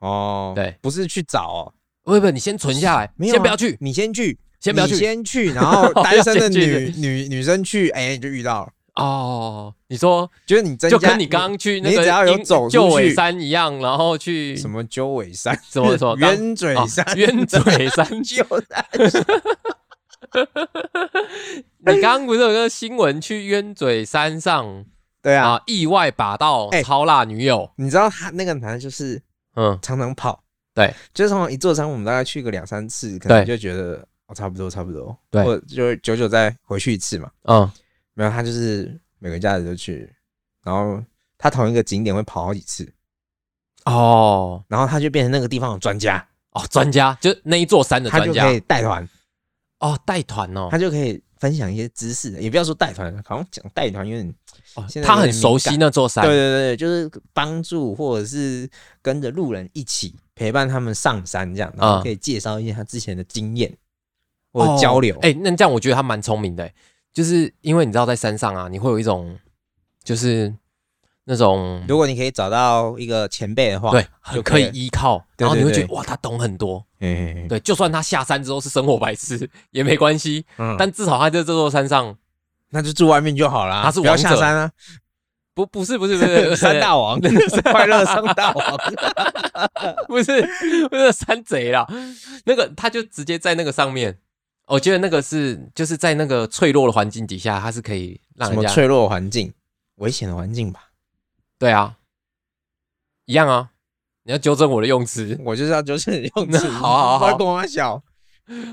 [SPEAKER 2] 哦，
[SPEAKER 1] 对，
[SPEAKER 2] 不是去找哦，
[SPEAKER 1] 不不，你先存下来，
[SPEAKER 2] 没有啊，
[SPEAKER 1] 先不要去，
[SPEAKER 2] 你先去，
[SPEAKER 1] 先不要去
[SPEAKER 2] 你 先去，然后单身
[SPEAKER 1] 不
[SPEAKER 2] 的
[SPEAKER 1] 要先
[SPEAKER 2] 女女女生去，哎，就遇到了，
[SPEAKER 1] 哦。你说
[SPEAKER 2] 就是你增加，
[SPEAKER 1] 就跟你刚刚去那
[SPEAKER 2] 你
[SPEAKER 1] 个
[SPEAKER 2] 只要有
[SPEAKER 1] 鹰
[SPEAKER 2] 走出
[SPEAKER 1] 旧尾
[SPEAKER 2] 去
[SPEAKER 1] 山一样，然后去
[SPEAKER 2] 什么鸠尾山、
[SPEAKER 1] 什么什 么当
[SPEAKER 2] 冤嘴
[SPEAKER 1] 哦
[SPEAKER 2] 山、。
[SPEAKER 1] 冤嘴山
[SPEAKER 2] 鸠山，
[SPEAKER 1] 你刚刚不是有个新闻去冤嘴山上
[SPEAKER 2] 对啊，
[SPEAKER 1] 啊，意外把到
[SPEAKER 2] 哎
[SPEAKER 1] 超辣女友？
[SPEAKER 2] 你知道他那个男的就是
[SPEAKER 1] 嗯，
[SPEAKER 2] 常常跑，
[SPEAKER 1] 对，
[SPEAKER 2] 就是从一座山我们大概去个两三次，可
[SPEAKER 1] 对
[SPEAKER 2] 能就觉得哦差不多差不多，
[SPEAKER 1] 对
[SPEAKER 2] 或者就久久再回去一次嘛。
[SPEAKER 1] 嗯，
[SPEAKER 2] 没有，他就是每个假日都去，然后他同一个景点会跑好几次，
[SPEAKER 1] 哦
[SPEAKER 2] 然后他就变成那个地方的专家，
[SPEAKER 1] 哦，专家就那一座山的
[SPEAKER 2] 他
[SPEAKER 1] 专
[SPEAKER 2] 就
[SPEAKER 1] 家
[SPEAKER 2] 可以带团，
[SPEAKER 1] 哦，带团哦
[SPEAKER 2] 他，就可以分享一些知识，也不要说带团，好像讲带团有点，
[SPEAKER 1] 哦
[SPEAKER 2] 现在
[SPEAKER 1] 他
[SPEAKER 2] 有
[SPEAKER 1] 很
[SPEAKER 2] 点
[SPEAKER 1] 熟
[SPEAKER 2] 敏
[SPEAKER 1] 悉
[SPEAKER 2] 感
[SPEAKER 1] 那座山
[SPEAKER 2] 对，对对，就是帮助或者是跟着路人一起陪伴他们上山
[SPEAKER 1] 嗯
[SPEAKER 2] 这样，然后可以介绍一些他之前的经验或者交流
[SPEAKER 1] 哦，哎、那这样我觉得他蛮聪明的、哎就是因为你知道在山上啊，你会有一种就是那种
[SPEAKER 2] 如果你可以找到一个前辈的话，
[SPEAKER 1] 对
[SPEAKER 2] 就
[SPEAKER 1] 很可以
[SPEAKER 2] 了，
[SPEAKER 1] 依靠，
[SPEAKER 2] 对
[SPEAKER 1] 然后你会觉
[SPEAKER 2] 对对
[SPEAKER 1] 得哇，他懂很多。
[SPEAKER 2] 嗯，
[SPEAKER 1] 对，就算他下山之后是生活白痴也没关系，
[SPEAKER 2] 嗯
[SPEAKER 1] 但至少他在这座山上
[SPEAKER 2] 那就住外面就好啦，
[SPEAKER 1] 他是
[SPEAKER 2] 不要
[SPEAKER 1] 王者
[SPEAKER 2] 下山啊，
[SPEAKER 1] 不不是不 是不是
[SPEAKER 2] 山大王， 快乐山大 王，
[SPEAKER 1] 不是不是山贼啦，那个他就直接在那个上面。我觉得那个是就是在那个脆弱的环境底下，他是可以让
[SPEAKER 2] 什
[SPEAKER 1] 人
[SPEAKER 2] 么
[SPEAKER 1] 家
[SPEAKER 2] 脆弱环境、危险的环境吧？
[SPEAKER 1] 对啊，一样啊。你要纠正我的用词，
[SPEAKER 2] 我就是要就是用
[SPEAKER 1] 那
[SPEAKER 2] 词，
[SPEAKER 1] 好 好好
[SPEAKER 2] 不要跟我小，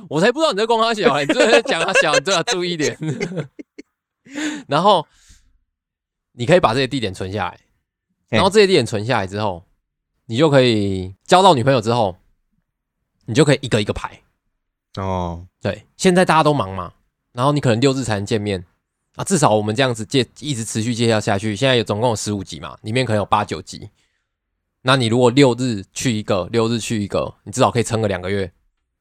[SPEAKER 1] 我才不知道你在攻他小、欸，你这讲他小，你最好注意一点。 然后你可以把这些地点存下来，
[SPEAKER 2] 嘿
[SPEAKER 1] 然后这些地点存下来之后，你就可以交到女朋友之后，你就可以一个一个排。
[SPEAKER 2] 哦，
[SPEAKER 1] 对，现在大家都忙嘛，然后你可能六日才能见面啊，至少我们这样子介一直持续介绍下去，现在有总共有十五集嘛，里面可能有八九集。那你如果六日去一个，六日去一个，你至少可以撑个两个月。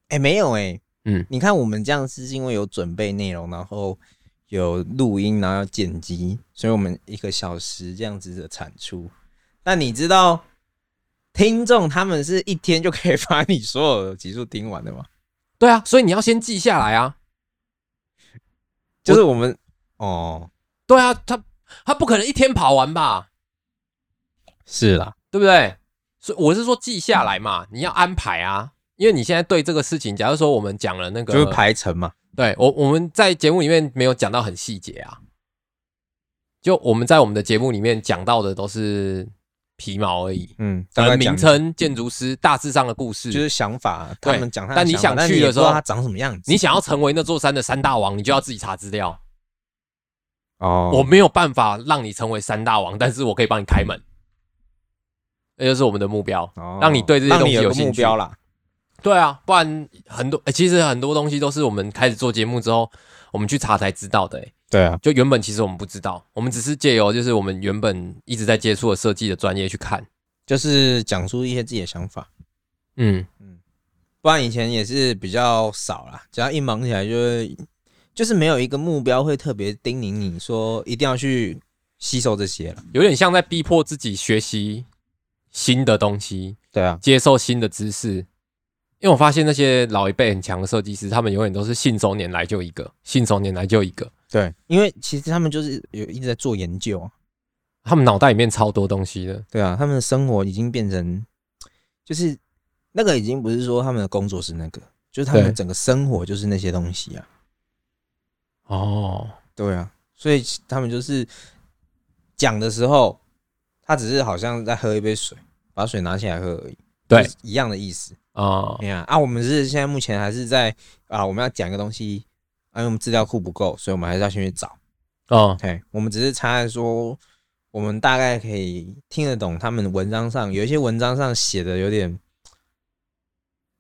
[SPEAKER 2] 哎，没有哎，
[SPEAKER 1] 嗯
[SPEAKER 2] 你看我们这样是因为有准备内容，然后有录音，然后要剪辑，所以我们一个小时这样子的产出。那你知道听众他们是一天就可以 把你所有的集数听完的吗？
[SPEAKER 1] 对啊，所以你要先记下来啊。
[SPEAKER 2] 就是我们哦，
[SPEAKER 1] 对啊，他他不可能一天跑完吧，
[SPEAKER 2] 是啦，
[SPEAKER 1] 对不对？所以我是说记下来嘛，你要安排啊，因为你现在对这个事情，假如说我们讲了那个，
[SPEAKER 2] 就是排程嘛。
[SPEAKER 1] 对我我们在节目里面没有讲到很细节啊，就我们在我们的节目里面讲到的都是皮毛而已，
[SPEAKER 2] 嗯，大
[SPEAKER 1] 呃，
[SPEAKER 2] 概讲
[SPEAKER 1] 名称、建筑师、大致上的故事，
[SPEAKER 2] 就是想法，
[SPEAKER 1] 对
[SPEAKER 2] 他们讲他
[SPEAKER 1] 但
[SPEAKER 2] 的
[SPEAKER 1] 你
[SPEAKER 2] 想
[SPEAKER 1] 想
[SPEAKER 2] 法，但
[SPEAKER 1] 去
[SPEAKER 2] 也
[SPEAKER 1] 的时候
[SPEAKER 2] 不知道他长什么样子。
[SPEAKER 1] 你想要成为那座山的山大王，你就要自己查资料。
[SPEAKER 2] 哦
[SPEAKER 1] 我没有办法让你成为山大王，但是我可以帮你开门，那就是我们的目标，
[SPEAKER 2] 哦
[SPEAKER 1] 让你对这些
[SPEAKER 2] 让
[SPEAKER 1] 东
[SPEAKER 2] 你
[SPEAKER 1] 西
[SPEAKER 2] 有个
[SPEAKER 1] 兴
[SPEAKER 2] 目
[SPEAKER 1] 趣。
[SPEAKER 2] 标啦。
[SPEAKER 1] 对啊，不然很多、欸其实很多东西都是我们开始做节目之后，我们去查才知道的、欸。
[SPEAKER 2] 对啊，
[SPEAKER 1] 就原本其实我们不知道，我们只是借由就是我们原本一直在接触的设计的专业去看。
[SPEAKER 2] 就是讲出一些自己的想法，
[SPEAKER 1] 嗯，
[SPEAKER 2] 不然以前也是比较少啦。只要一忙起来就会，就是没有一个目标会特别叮咛你说一定要去吸收这些了。
[SPEAKER 1] 有点像在逼迫自己学习新的东西，
[SPEAKER 2] 对啊，
[SPEAKER 1] 接受新的知识。因为我发现那些老一辈很强的设计师，他们永远都是信手拈来就一个，信手拈来就一个。
[SPEAKER 2] 对，因为其实他们就是有一直在做研究啊，
[SPEAKER 1] 他们脑袋里面超多东西的，
[SPEAKER 2] 对啊，他们的生活已经变成，就是那个已经不是说他们的工作是那个，就是他
[SPEAKER 1] 对
[SPEAKER 2] 们整个生活就是那些东西啊。
[SPEAKER 1] 哦，
[SPEAKER 2] 对啊，所以其他们就是讲的时候，他只是好像在喝一杯水，把水拿起来喝而已，
[SPEAKER 1] 对
[SPEAKER 2] 就是一样的意思。
[SPEAKER 1] 啊、
[SPEAKER 2] 哎呀、啊，我们是现在目前还是在啊，我们要讲一个东西，啊，因为我们资料库不够，所以我们还是要先去找。
[SPEAKER 1] 哦，
[SPEAKER 2] 嘿，我们只是差在说，我们大概可以听得懂他们文章上有一些文章上写的有点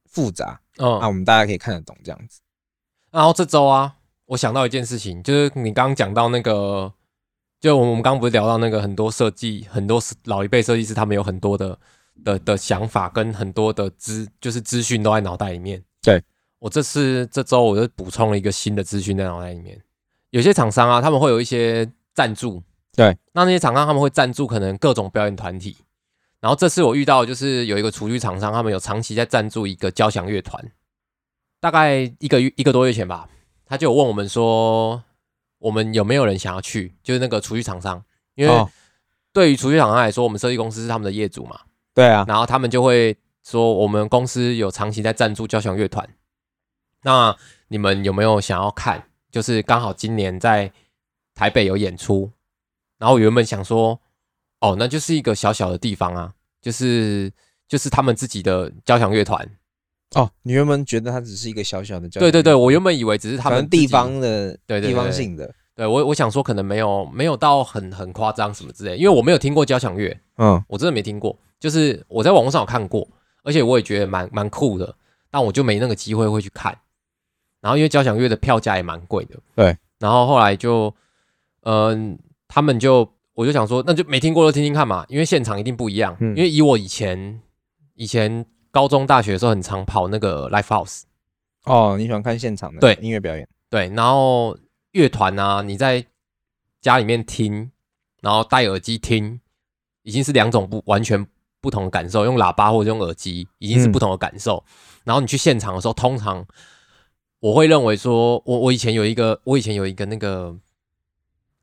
[SPEAKER 2] 复杂，
[SPEAKER 1] 哦
[SPEAKER 2] 啊，我们大概可以看得懂这样子。
[SPEAKER 1] 然后这周啊，我想到一件事情，就是你刚刚讲到那个，就我们我们刚刚不是聊到那个很多设计，很多老一辈设计师他们有很多的的的想法跟很多的资，就是资讯都在脑袋里面。
[SPEAKER 2] 对
[SPEAKER 1] 我这次这周我就补充了一个新的资讯在脑袋里面。有些厂商啊，他们会有一些赞助，
[SPEAKER 2] 对，
[SPEAKER 1] 那那些厂商他们会赞助可能各种表演团体。然后这次我遇到的就是有一个厨具厂商，他们有长期在赞助一个交响乐团，大概一个月一个多月前吧，他就有问我们说，我们有没有人想要去，就是那个厨具厂商，因为
[SPEAKER 2] 哦，
[SPEAKER 1] 对于厨具厂商来说，我们设计公司是他们的业主嘛，
[SPEAKER 2] 对啊，
[SPEAKER 1] 然后他们就会说，我们公司有长期在赞助交响乐团，那你们有没有想要看？就是刚好今年在台北有演出，然后我原本想说，哦，那就是一个小小的地方啊，就是就是他们自己的交响乐团，
[SPEAKER 2] 哦，你原本觉得它只是一个小小的教育，
[SPEAKER 1] 对对对，我原本以为只是他
[SPEAKER 2] 可
[SPEAKER 1] 们
[SPEAKER 2] 能
[SPEAKER 1] 自己
[SPEAKER 2] 地方的
[SPEAKER 1] 对对对
[SPEAKER 2] 地方性的，
[SPEAKER 1] 对我，我想说可能没有没有到很很夸张什么之类，因为我没有听过交响乐，
[SPEAKER 2] 嗯，
[SPEAKER 1] 我真的没听过。就是我在网络上有看过，而且我也觉得蛮蛮酷的，但我就没那个机会会去看。然后因为交响乐的票价也蛮贵的，
[SPEAKER 2] 对。
[SPEAKER 1] 然后后来就，嗯、他们就我就想说，那就没听过就听听看嘛，因为现场一定不一样。
[SPEAKER 2] 嗯
[SPEAKER 1] 因为以我以前以前高中大学的时候，很常跑那个 live house，
[SPEAKER 2] 哦，你喜欢看现场的
[SPEAKER 1] 对
[SPEAKER 2] 音乐表演，
[SPEAKER 1] 对，然后乐团啊，你在家里面听，然后戴耳机听，已经是两种不完全不同的感受。用喇叭或者用耳机，已
[SPEAKER 2] 嗯
[SPEAKER 1] 经是不同的感受。然后你去现场的时候，通常我会认为说，我我以前有一个，我以前有一个那个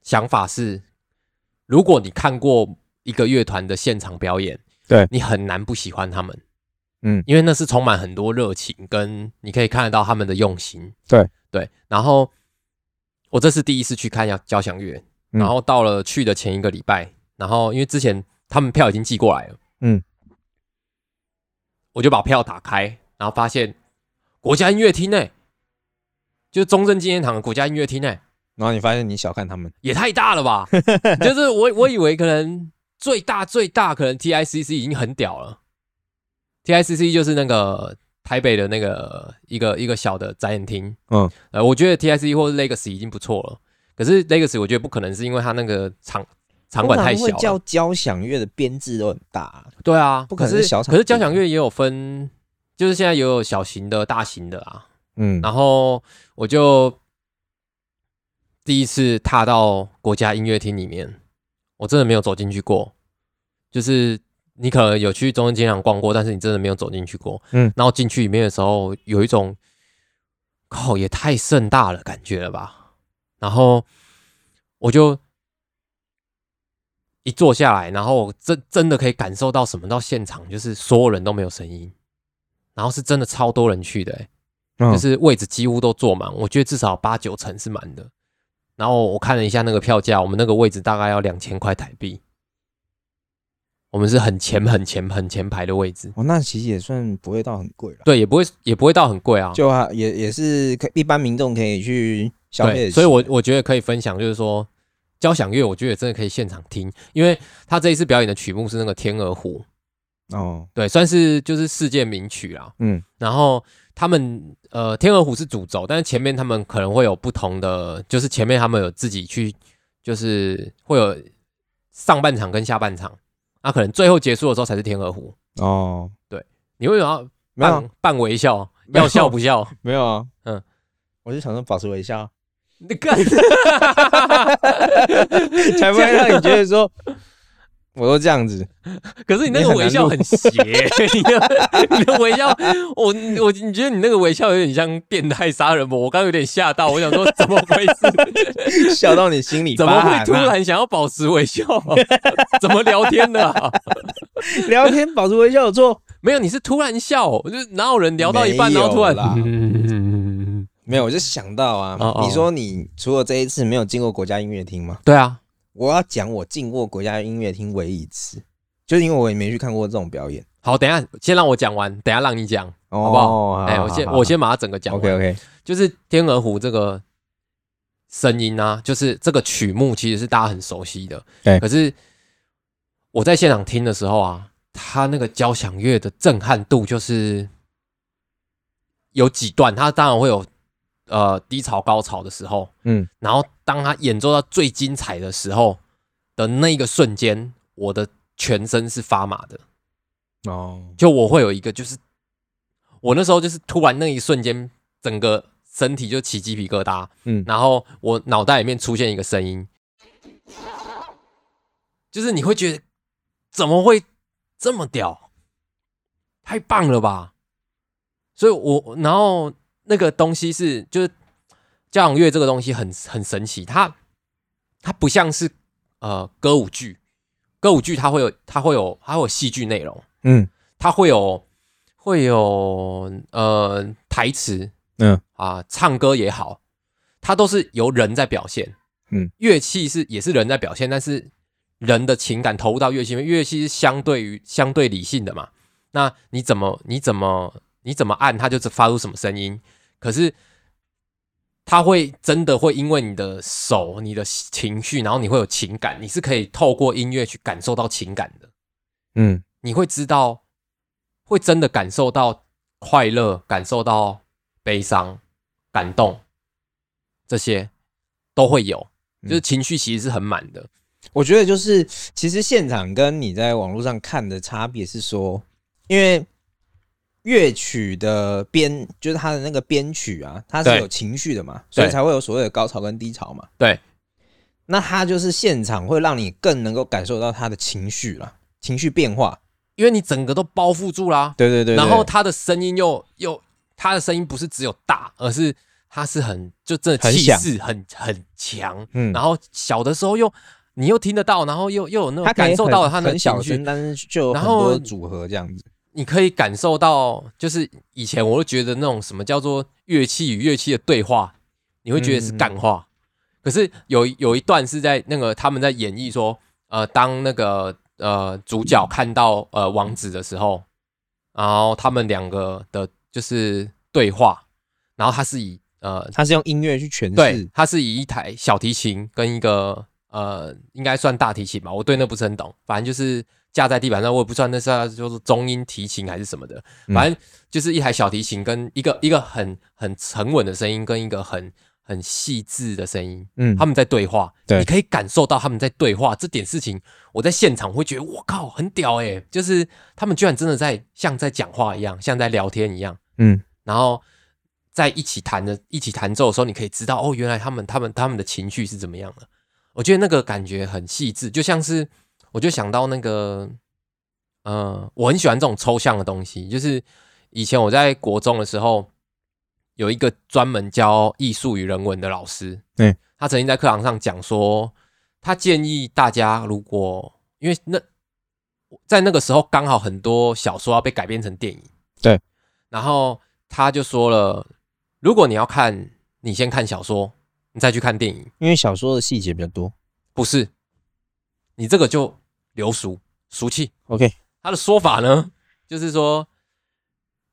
[SPEAKER 1] 想法是，如果你看过一个乐团的现场表演，
[SPEAKER 2] 对
[SPEAKER 1] 你很难不喜欢他们。
[SPEAKER 2] 嗯
[SPEAKER 1] 因为那是充满很多热情，跟你可以看得到他们的用心。
[SPEAKER 2] 对
[SPEAKER 1] 对，然后我这是第一次去看要交响乐，
[SPEAKER 2] 嗯
[SPEAKER 1] 然后到了去的前一个礼拜，然后因为之前他们票已经寄过来了，
[SPEAKER 2] 嗯，
[SPEAKER 1] 我就把票打开，然后发现国家音乐厅呢，就是中正纪念堂的国家音乐厅呢，
[SPEAKER 2] 然后你发现你小看他们，
[SPEAKER 1] 也太大了 吧！就是我我以为可能最大最大可能 TICC 已经很屌了，TICC 就是那个台北的那个一个一个小的展演厅，
[SPEAKER 2] 嗯，
[SPEAKER 1] 呃，我觉得 TICC 或者 Legacy 已经不错了，可是 Legacy 我觉得不可能是因为它那个场场馆太
[SPEAKER 2] 通常会
[SPEAKER 1] 小
[SPEAKER 2] 叫
[SPEAKER 1] 了，
[SPEAKER 2] 交响乐的编制都很大啊、
[SPEAKER 1] 对啊，
[SPEAKER 2] 不可能
[SPEAKER 1] 是
[SPEAKER 2] 是小场
[SPEAKER 1] 可是交响乐也有分，就是现在也有小型的、大型的啊，
[SPEAKER 2] 嗯，
[SPEAKER 1] 然后我就第一次踏到国家音乐厅里面，我真的没有走进去过。就是你可能有去中央纪念堂逛过，但是你真的没有走进去过。
[SPEAKER 2] 嗯
[SPEAKER 1] 然后进去里面的时候，有一种靠也太盛大了感觉了吧。然后我就一坐下来，然后我真真的可以感受到什么到现场，就是所有人都没有声音，然后是真的超多人去的、欸。
[SPEAKER 2] 嗯
[SPEAKER 1] 就是位置几乎都坐满，我觉得至少八九成是满的。然后我看了一下那个票价，我们那个位置大概要两千块台币，我们是很前很前很前排的位置，
[SPEAKER 2] 哦，那其实也算不会到很贵了，
[SPEAKER 1] 对，也不会也不会到很贵啊，
[SPEAKER 2] 就啊也也是可一般民众可以去消费得
[SPEAKER 1] 对，
[SPEAKER 2] 起，
[SPEAKER 1] 所以我我觉得可以分享，就是说交响乐，我觉得真的可以现场听，因为他这一次表演的曲目是那个《天鹅湖》，
[SPEAKER 2] 哦，
[SPEAKER 1] 对，算是就是世界名曲啦。
[SPEAKER 2] 嗯
[SPEAKER 1] 然后他们呃，天鹅湖是主轴，但是前面他们可能会有不同的，就是前面他们有自己去，就是会有上半场跟下半场，那、可能最后结束的时候才是天鹅湖。
[SPEAKER 2] 哦，
[SPEAKER 1] 你为什么
[SPEAKER 2] 没
[SPEAKER 1] 要
[SPEAKER 2] 有啊
[SPEAKER 1] 半半微笑？
[SPEAKER 2] 没有
[SPEAKER 1] 要笑不 笑？
[SPEAKER 2] 没有啊，
[SPEAKER 1] 嗯，
[SPEAKER 2] 我就想说保持 微笑，
[SPEAKER 1] 那个
[SPEAKER 2] 才不会让你觉得说我都这样 子。
[SPEAKER 1] 可是你那个微笑很邪，你的你的微笑，我我你觉得你那个微笑有点像变态杀人魔，我刚刚有点吓到，我想说怎么回事？
[SPEAKER 2] 笑 到你心里
[SPEAKER 1] 怎么
[SPEAKER 2] 发寒、
[SPEAKER 1] 会
[SPEAKER 2] 啊。
[SPEAKER 1] 突然想要保持微笑？ 怎么聊天的、啊？
[SPEAKER 2] 聊天保持微笑有错？
[SPEAKER 1] 没有，你是突然笑，就是哪有人聊到一半
[SPEAKER 2] 没有
[SPEAKER 1] 然后突然
[SPEAKER 2] 啦？
[SPEAKER 1] 嗯
[SPEAKER 2] 没有，我就想到啊，
[SPEAKER 1] 哦哦
[SPEAKER 2] 你说你除了这一次没有进过国家音乐厅吗？
[SPEAKER 1] 对啊，
[SPEAKER 2] 我要讲我进过国家音乐厅唯一一次，就是因为我也没去看过这种表演，
[SPEAKER 1] 好，等一下先让我讲完，等一下让你讲，
[SPEAKER 2] 哦
[SPEAKER 1] 好不好？哎、我先我先把它整个讲完。
[SPEAKER 2] OK OK，
[SPEAKER 1] 就是天鹅湖这个声音啊，就是这个曲目其实是大家很熟悉的，
[SPEAKER 2] 对
[SPEAKER 1] 可是我在现场听的时候啊，它那个交响乐的震撼度就是有几段，它当然会有呃低潮高潮的时候，
[SPEAKER 2] 嗯，
[SPEAKER 1] 然后当他演奏到最精彩的时候的那一个瞬间，我的全身是发麻的，
[SPEAKER 2] 哦，
[SPEAKER 1] 就我会有一个，就是我那时候就是突然那一瞬间，整个身体就起鸡皮疙瘩，
[SPEAKER 2] 嗯
[SPEAKER 1] 然后我脑袋里面出现一个声音，就是你会觉得怎么会这么屌，太棒了吧！所以我然后那个东西是就是交响乐这个东西很很神奇，它它不像是呃歌舞剧，歌舞剧它会有它会有它会有戏剧内容。
[SPEAKER 2] 嗯
[SPEAKER 1] 它会有会有呃台词，
[SPEAKER 2] 嗯
[SPEAKER 1] 啊，唱歌也好，它都是由人在表现，
[SPEAKER 2] 嗯，
[SPEAKER 1] 乐器是也是人在表现，但是人的情感投入到乐器里面，乐器是相对于相对理性的嘛，那你怎么你怎么你怎么按，它就是发出什么声音，可是。它会真的会因为你的手、你的情绪，然后你会有情感，你是可以透过音乐去感受到情感的。
[SPEAKER 2] 嗯
[SPEAKER 1] 你会知道，会真的感受到快乐，感受到悲伤、感动，这些都会有，
[SPEAKER 2] 嗯
[SPEAKER 1] 就是情绪其实是很满的。
[SPEAKER 2] 我觉得就是其实现场跟你在网络上看的差别是说，因为乐曲的编就是它的那个编曲啊，它是
[SPEAKER 1] 对
[SPEAKER 2] 有情绪的嘛，所以
[SPEAKER 1] 对
[SPEAKER 2] 才会有所谓的高潮跟低潮嘛。
[SPEAKER 1] 对，
[SPEAKER 2] 那它就是现场会让你更能够感受到他的情绪啦，情绪变化。
[SPEAKER 1] 因为你整个都包覆住啦，
[SPEAKER 2] 对对对对
[SPEAKER 1] 然后他的声音又又他的声音不是只有大，而是他是很就真的
[SPEAKER 2] 很
[SPEAKER 1] 气
[SPEAKER 2] 响
[SPEAKER 1] 势很很强，
[SPEAKER 2] 嗯
[SPEAKER 1] 然后小的时候又你又听得到，然后又又有那种
[SPEAKER 2] 他可以
[SPEAKER 1] 感受到了他
[SPEAKER 2] 很
[SPEAKER 1] 的
[SPEAKER 2] 很小
[SPEAKER 1] 情绪
[SPEAKER 2] 声，，但是就有很
[SPEAKER 1] 然后
[SPEAKER 2] 多组合这样子。
[SPEAKER 1] 你可以感受到，就是以前我都觉得那种什么叫做乐器与乐器的对话，你会觉得是干话。可是有一有一段是在那个他们在演绎说，呃，当那个呃主角看到呃王子的时候，然后他们两个的就是对话，然后他是以呃
[SPEAKER 2] 他是用音乐去诠
[SPEAKER 1] 对
[SPEAKER 2] 释，，
[SPEAKER 1] 它是以一台小提琴跟一个呃，应该算大提琴吧，我对那不是很懂，反正就是架在地板上，我也不算那是它就是中音提琴还是什么的，
[SPEAKER 2] 嗯
[SPEAKER 1] 反正就是一台小提琴跟一个一个很很沉稳的声音跟一个很很细致的声音，
[SPEAKER 2] 嗯
[SPEAKER 1] 他们在对话，
[SPEAKER 2] 对
[SPEAKER 1] 你可以感受到他们在对话这点事情，我在现场会觉得我靠很屌诶、就是他们居然真的在像在讲话一样，像在聊天一样。
[SPEAKER 2] 嗯
[SPEAKER 1] 然后在一起弹的、一起弹奏的时候，你可以知道哦，原来他们、他们、他们的情绪是怎么样的。我觉得那个感觉很细致，就像是我就想到那个，呃，我很喜欢这种抽象的东西。就是以前我在国中的时候，有一个专门教艺术与人文的老师，
[SPEAKER 2] 嗯，
[SPEAKER 1] 他曾经在课堂上讲说，他建议大家如果因为那在那个时候刚好很多小说要被改编成电影，然后他就说了，如果你要看，你先看小说，你再去看电影，
[SPEAKER 2] 因为小说的细节比较多。
[SPEAKER 1] 不是，你这个就流俗俗气。
[SPEAKER 2] OK，
[SPEAKER 1] 他的说法呢，就是说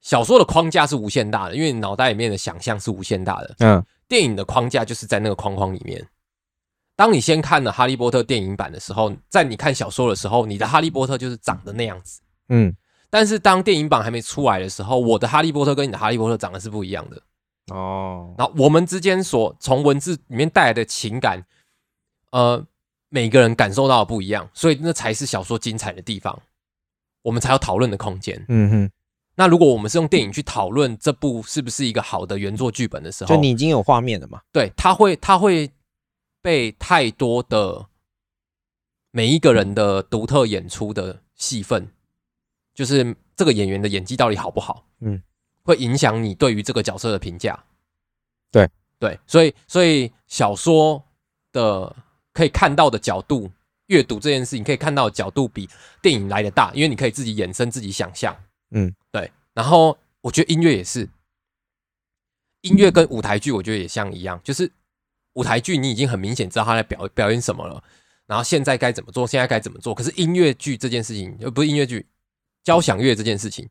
[SPEAKER 1] 小说的框架是无限大的，因为你脑袋里面的想象是无限大的，
[SPEAKER 2] 嗯
[SPEAKER 1] 电影的框架就是在那个框框里面。当你先看了《哈利波特》电影版的时候，在你看小说的时候，你的《哈利波特》就是长得那样子。
[SPEAKER 2] 嗯
[SPEAKER 1] 但是当电影版还没出来的时候，我的哈利波特跟你的哈利波特长得是不一样的。
[SPEAKER 2] 哦，
[SPEAKER 1] 然后我们之间所从文字里面带来的情感，呃，每个人感受到的不一样，所以那才是小说精彩的地方，我们才有讨论的空间。
[SPEAKER 2] 嗯哼，
[SPEAKER 1] 那如果我们是用电影去讨论这部是不是一个好的原作剧本的时候，
[SPEAKER 2] 就你已经有画面了嘛？
[SPEAKER 1] 对它会它会被太多的每一个人的独特演出的戏份，就是这个演员的演技到底好不好，
[SPEAKER 2] 嗯，
[SPEAKER 1] 会影响你对于这个角色的评价。
[SPEAKER 2] 对
[SPEAKER 1] 对，所以所以小说的可以看到的角度，阅读这件事情可以看到的角度比电影来的大，因为你可以自己衍生、自己想象。
[SPEAKER 2] 嗯，
[SPEAKER 1] 对。然后我觉得音乐也是，音乐跟舞台剧我觉得也像一样，就是舞台剧你已经很明显知道他在表表演什么了，然后现在该怎么做，现在该怎么做。可是音乐剧这件事情，呃，不是音乐剧，交响乐这件事情，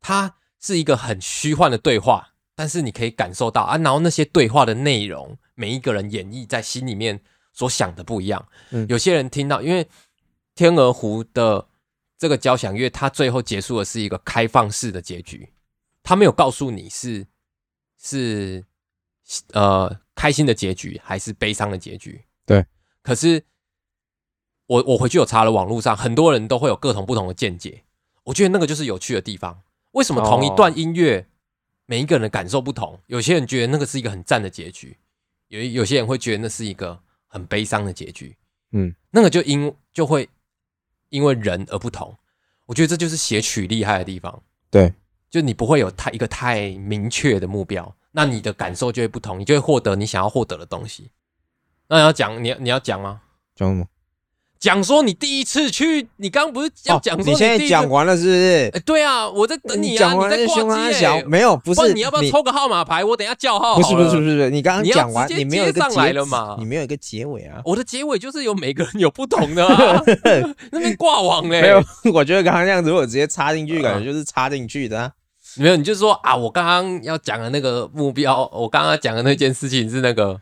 [SPEAKER 1] 它是一个很虚幻的对话，但是你可以感受到啊，然后那些对话的内容，每一个人演绎在心里面所想的不一样。
[SPEAKER 2] 嗯
[SPEAKER 1] 有些人听到，因为天鹅湖的这个交响乐，它最后结束的是一个开放式的结局，它没有告诉你是是呃开心的结局还是悲伤的结局。
[SPEAKER 2] 对，
[SPEAKER 1] 可是我我回去有查了，网络上很多人都会有各种不同的见解。我觉得那个就是有趣的地方。为什么同一段音
[SPEAKER 2] 哦
[SPEAKER 1] 乐，每一个人的感受不同？有些人觉得那个是一个很赞的结局，有有些人会觉得那是一个很悲伤的结局。
[SPEAKER 2] 嗯，
[SPEAKER 1] 那个就因就会因为人而不同。我觉得这就是写曲厉害的地方。
[SPEAKER 2] 对，
[SPEAKER 1] 就你不会有太一个太明确的目标，那你的感受就会不同，你就会获得你想要获得的东西。那你要讲，你要你要讲吗？
[SPEAKER 2] 讲什么？
[SPEAKER 1] 讲说你第一次去，你刚刚不是要讲说
[SPEAKER 2] 哦你现
[SPEAKER 1] 第
[SPEAKER 2] 在
[SPEAKER 1] 一次
[SPEAKER 2] 讲完了是不
[SPEAKER 1] 哎，
[SPEAKER 2] 是？
[SPEAKER 1] 对啊，我在等你啊，
[SPEAKER 2] 讲
[SPEAKER 1] 你
[SPEAKER 2] 完
[SPEAKER 1] 在
[SPEAKER 2] 了，
[SPEAKER 1] 挂
[SPEAKER 2] 凶
[SPEAKER 1] 机
[SPEAKER 2] 啊
[SPEAKER 1] 欸
[SPEAKER 2] 小没有，
[SPEAKER 1] 不
[SPEAKER 2] 不是
[SPEAKER 1] 然你要不要抽个号码牌？我等一下叫号。
[SPEAKER 2] 不是不是不是不，是，你刚刚
[SPEAKER 1] 你要
[SPEAKER 2] 讲完，
[SPEAKER 1] 直接
[SPEAKER 2] 你没有一个
[SPEAKER 1] 接上来
[SPEAKER 2] 结
[SPEAKER 1] 了嘛
[SPEAKER 2] 你没有一个结尾啊。
[SPEAKER 1] 我的结尾就是有每个人有不同的 啊，那边挂网嘞，
[SPEAKER 2] 没有， 我觉得刚刚那样子，如果直接插进去，感觉就是插进去的啊。
[SPEAKER 1] 没有，你就说啊，我刚刚要讲的那个目标，我刚刚讲的那件事情是那个，